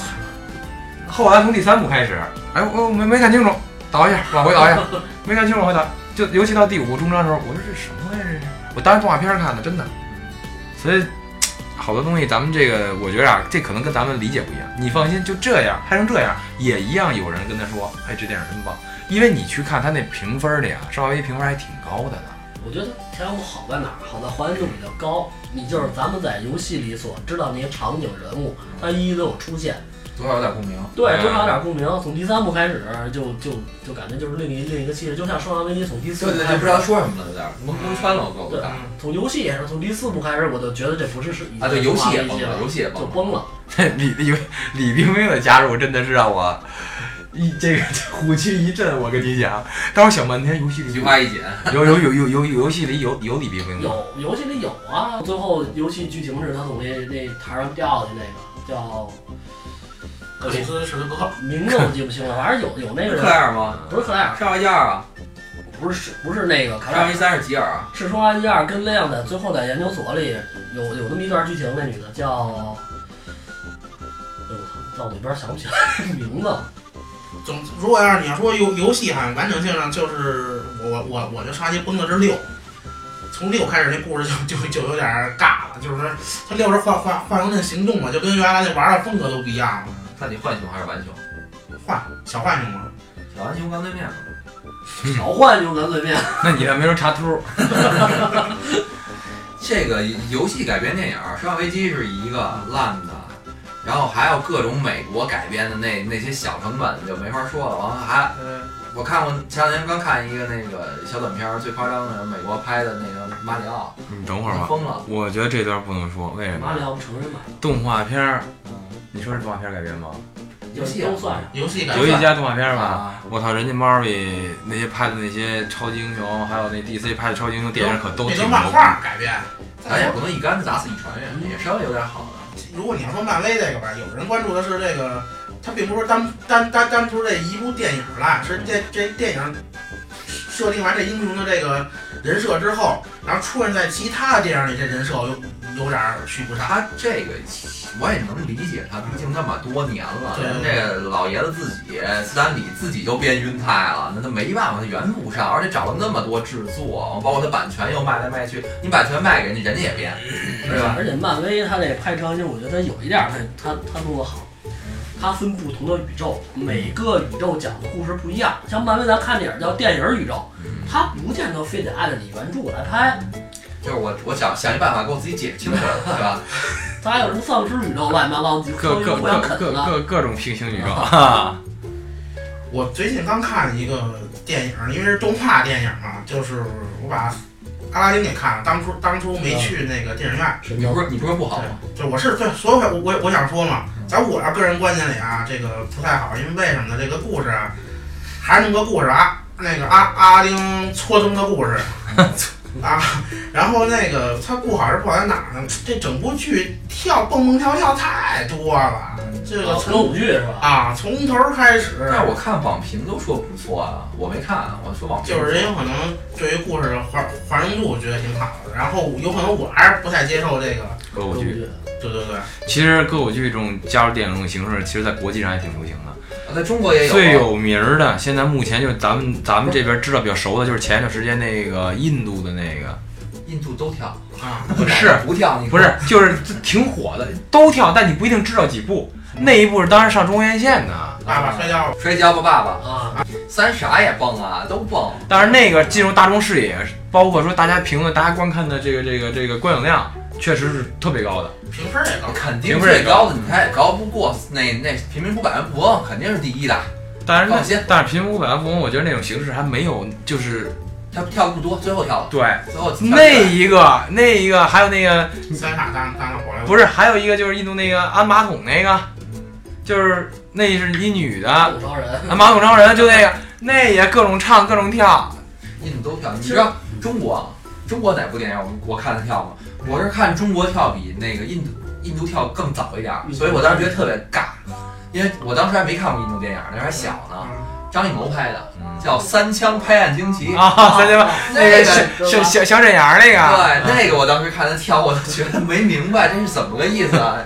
D: 后来从第三部开始，哎，我我没没看清楚，倒一下，往回倒一下，没看清楚往回倒，就尤其到第五部终章的时候，我说这什么来着？这是我当时动画片看的，真的。所以好多东西，咱们这个我觉得啊，这可能跟咱们理解不一样。你放心，就这样拍成这样，也一样有人跟他说，哎，这电影真棒。因为你去看他那评分里啊，《生化危机》评分还挺高的呢。
B: 我觉得前两部好在哪儿？好在还原度比较高，你就是咱们在游戏里所知道那些场景人物，他一一都有出现，
A: 多少有点共鸣。
B: 对，
D: 嗯
B: 多少有点共鸣。从第三部开始就就就感觉就是另一另一个气质，就像《生化危机》从第四
A: 对
B: 部
A: 对，
B: 开
A: 就
B: 始
A: 不知道说什么了，有点蒙蒙圈了，我够不
B: 对
A: 大。
B: 从游戏也是从第四部开始，我就觉得这不是是
A: 啊，对，游戏也
B: 生
A: 崩
B: 化危机
A: 了，
B: 了，
A: 游戏也崩
B: 就
A: 了。
B: 崩了。
D: 李李李冰冰的加入真的是让我一这个 虎躯一震。我跟你讲，当时想半天游戏
A: 一
D: 里
A: 句话一解，
D: 有有有有有 游戏里有有李冰
A: 嗯
D: 冰吗？
B: 有游戏里有啊，最后游戏剧情是他从那那台上掉下去那个叫，
C: 克里斯史特哥，
B: 名字我记不清了，反正有有那个
A: 克
B: 人
A: 莱，尔吗？
B: 不是克莱尔，
A: 上一二啊，
B: 不是不是那个卡莱
A: 上
B: 尔
A: 一，三是吉尔啊，
B: 是说安吉尔跟亮在最后在研究所里有有那么一段剧情，那女的叫，哎呦我操，到嘴边想不起来名字 了，
C: 总如果要是你要说游游戏哈，完整性上就是我我我就上街崩的是六，从六开始那故事就就就有点尬了，就是说他六是换换换成那行动嘛，就跟原来那玩儿的风格都不一样了。
A: 看你浣熊还是玩熊？
C: 换小浣熊嘛，
A: 小浣熊刚对面嘛。
B: 小浣熊咱随便，
D: 那你这没人查秃。
A: 这个游戏改编电影《生化危机》是一个烂的，然后还有各种美国改编的那那些小成本就没法说了，完了还我看过前两天刚看一个那个小短片儿，最夸张的是美国拍的那个马里奥，
D: 你等会儿吧，
A: 疯了，
D: 我觉得这段不能说，为什
B: 马里
D: 么？
B: 奥不承认嘛，
D: 动画片儿，
A: 嗯，
D: 你说是动画片改编吗？
A: 游戏啊
B: 都算上。
C: 游戏改
D: 游
C: 编
D: 戏加动画片儿吧。
A: 啊，
D: 我操，人家 Marvel 那些拍的那些超级英雄，还有那 DC 拍的超级英雄电影可都
C: 那
D: 挺
C: 都
D: 牛
C: 是漫
D: 逼。
C: 画改编。
D: 哎
A: 咱也不能一竿子打死一船人，也稍微有点好的。
C: 如果你要说漫威这个吧，有人关注的是这个，它并不是单单单单出这一部电影了，是这这电影设定完这英雄的这个人设之后，然后出现在其他的电影里，这人设有有点儿续不上。
A: 他这个我也能理解，他毕竟那么多年了，人这老爷子自己斯坦李自己都变晕菜了，那他没办法，他原路上，而且找了那么多制作，包括他版权又卖来卖去，你版权卖给人家，人家也变，对吧？
B: 而且漫威它这拍超英雄，我觉得有一点儿它它它做得好，它分不同的宇宙，每个宇宙讲的故事不一样。像漫威咱看电影叫电影宇宙，
D: 嗯
B: 它不见得非得按照你原著来拍，
A: 就是我我想想一办法给我自己解释清楚，对吧？
B: 咱还有什么丧尸宇宙、乱七八糟，
D: 各
B: 超英
D: 各
B: 雄互
D: 各
B: 相啃
D: 各
B: 的。
D: 各各种平行宇宙，
C: 啊
D: 啊哈，
C: 我最近刚看了一个电影，因为是动画电影嘛，就是我把《阿拉丁》给看了，当初当初没去那个电影院。
A: 你不是你不是不好吗？
C: 就我是对所有我我我想说嘛，在我个人观点里啊，这个不太好，因为为什么呢？这个故事啊，还是那么个故事啊，那个阿阿丁搓灯的故事啊，然后那个它不好是不好在哪儿呢？这整部剧跳蹦蹦跳跳太多了，这个
B: 啊歌
C: 从
B: 舞剧是吧？
C: 啊从头开始，
A: 但是我看网评都说不错啊，我没看啊，我说网评
C: 就是也有可能对于故事的还还原度，我觉得挺好的，然后有可能我还是不太接受这个，
D: 歌
B: 歌
D: 舞
B: 舞
D: 剧。
B: 剧，
C: 对对对。
D: 其实歌舞剧这种加入电影这种形式，其实在国际上也挺流行的。
A: 在中国也有啊
D: 最有名儿的，现在目前就咱们咱们这边知道比较熟的，就是前一段时间那个印度的那个，
A: 印度都跳，
C: 啊，
A: 不
D: 是
A: 不跳？你
D: 不是，就是挺火的，都跳，但你不一定知道几部。那一部是当时上中院线的，
C: 爸爸摔跤了，
A: 摔跤吧，爸爸，
B: 啊，
A: 三傻也蹦啊，都蹦。
D: 但是那个进入大众视野，包括说大家评论、大家观看的这个这个这个观影量，确实是特别高的。
C: 评分也高。
A: 肯定最高的，你他也高不过那那贫民窟百万富翁，肯定是第一的。
D: 但是
A: 放心
D: 那但是贫民窟百万富翁，我觉得那种形式还没有，就是
A: 他跳的不多，最后跳了，
D: 对
A: 最后跳
D: 那一个那一个，还有那个
C: 三傻当当了宝莱坞，
D: 不是还有一个就是印度那个安马桶那个，就是那是一女的
B: 舞超人。
D: 安马桶超人，就那个那也各种唱各种跳，
A: 印度都跳。你知道中国啊中国哪部电影我我看他跳吗？我是看中国跳比那个印度印度跳更早一点，所以我当时觉得特别尬，因为我当时还没看过印度电影，那时候还小呢。
C: 嗯
A: 张艺谋拍的叫《三枪拍案惊奇》
D: 啊，三千万那
A: 那
D: 个
A: 个
D: 小小小小沈阳那个，
A: 对，那个我当时看他跳，我都觉得没明白这是怎么个意思啊！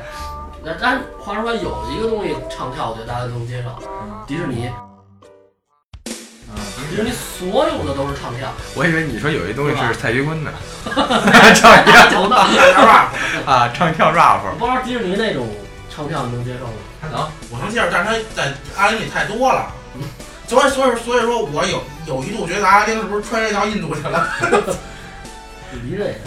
B: 那但是话说回来，有一个东西唱跳，我觉得大家都能接受，
D: 嗯
B: 迪士尼，迪士尼所有的都是唱跳，
D: 我以为你说有一东西是蔡徐坤呢，
B: 大
D: 唱跳
B: 家 都能。
C: 大家 rap，
D: 啊，唱跳 rap，
B: 不知道迪士尼那种唱跳你能接受吗？
A: 他能
C: 我能接受，但是他在阿拉丁里太多了。所以，所以，所以说我有有一度觉得阿拉丁是不是穿越到印度去了？
B: 离这也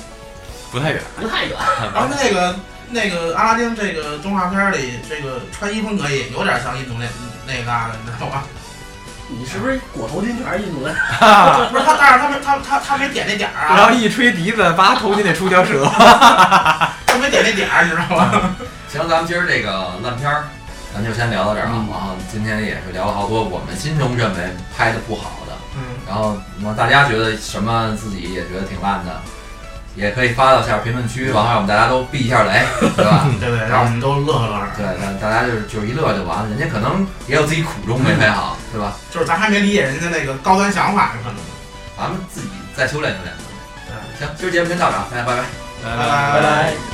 D: 不太远。
B: 不太远。
C: 然后那个那个阿拉丁这个动画片里，这个穿衣风格也有点像印度那那个阿拉丁，你知道吗？
B: 你是不是裹头巾全是印度人？
C: 不是他，但是他没他他他没点那点儿
D: 然
C: 啊
D: 后，一吹笛子，拔头巾得出条蛇。
C: 他没点那点儿，你知道吗？
A: 行，咱们今儿这个烂片儿，咱就先聊到这儿啊。
B: 嗯
A: 然后今天也是聊了好多我们心中认为拍的不好的，
C: 嗯，
A: 然后那大家觉得什么自己也觉得挺烂的，也可以发到下边评论区，然后我们大家都避一下雷，对吧？
C: 对对，然后我们都乐呵乐呵。
A: 对，大大家就是就是一乐就完了，人家可能也有自己苦衷没拍好，对吧？
C: 就是咱还没理解人家那个高端想法呢，可能。
A: 咱们自己再修炼修炼。行，今儿节目先到这儿，大家拜拜。
C: 拜拜拜拜。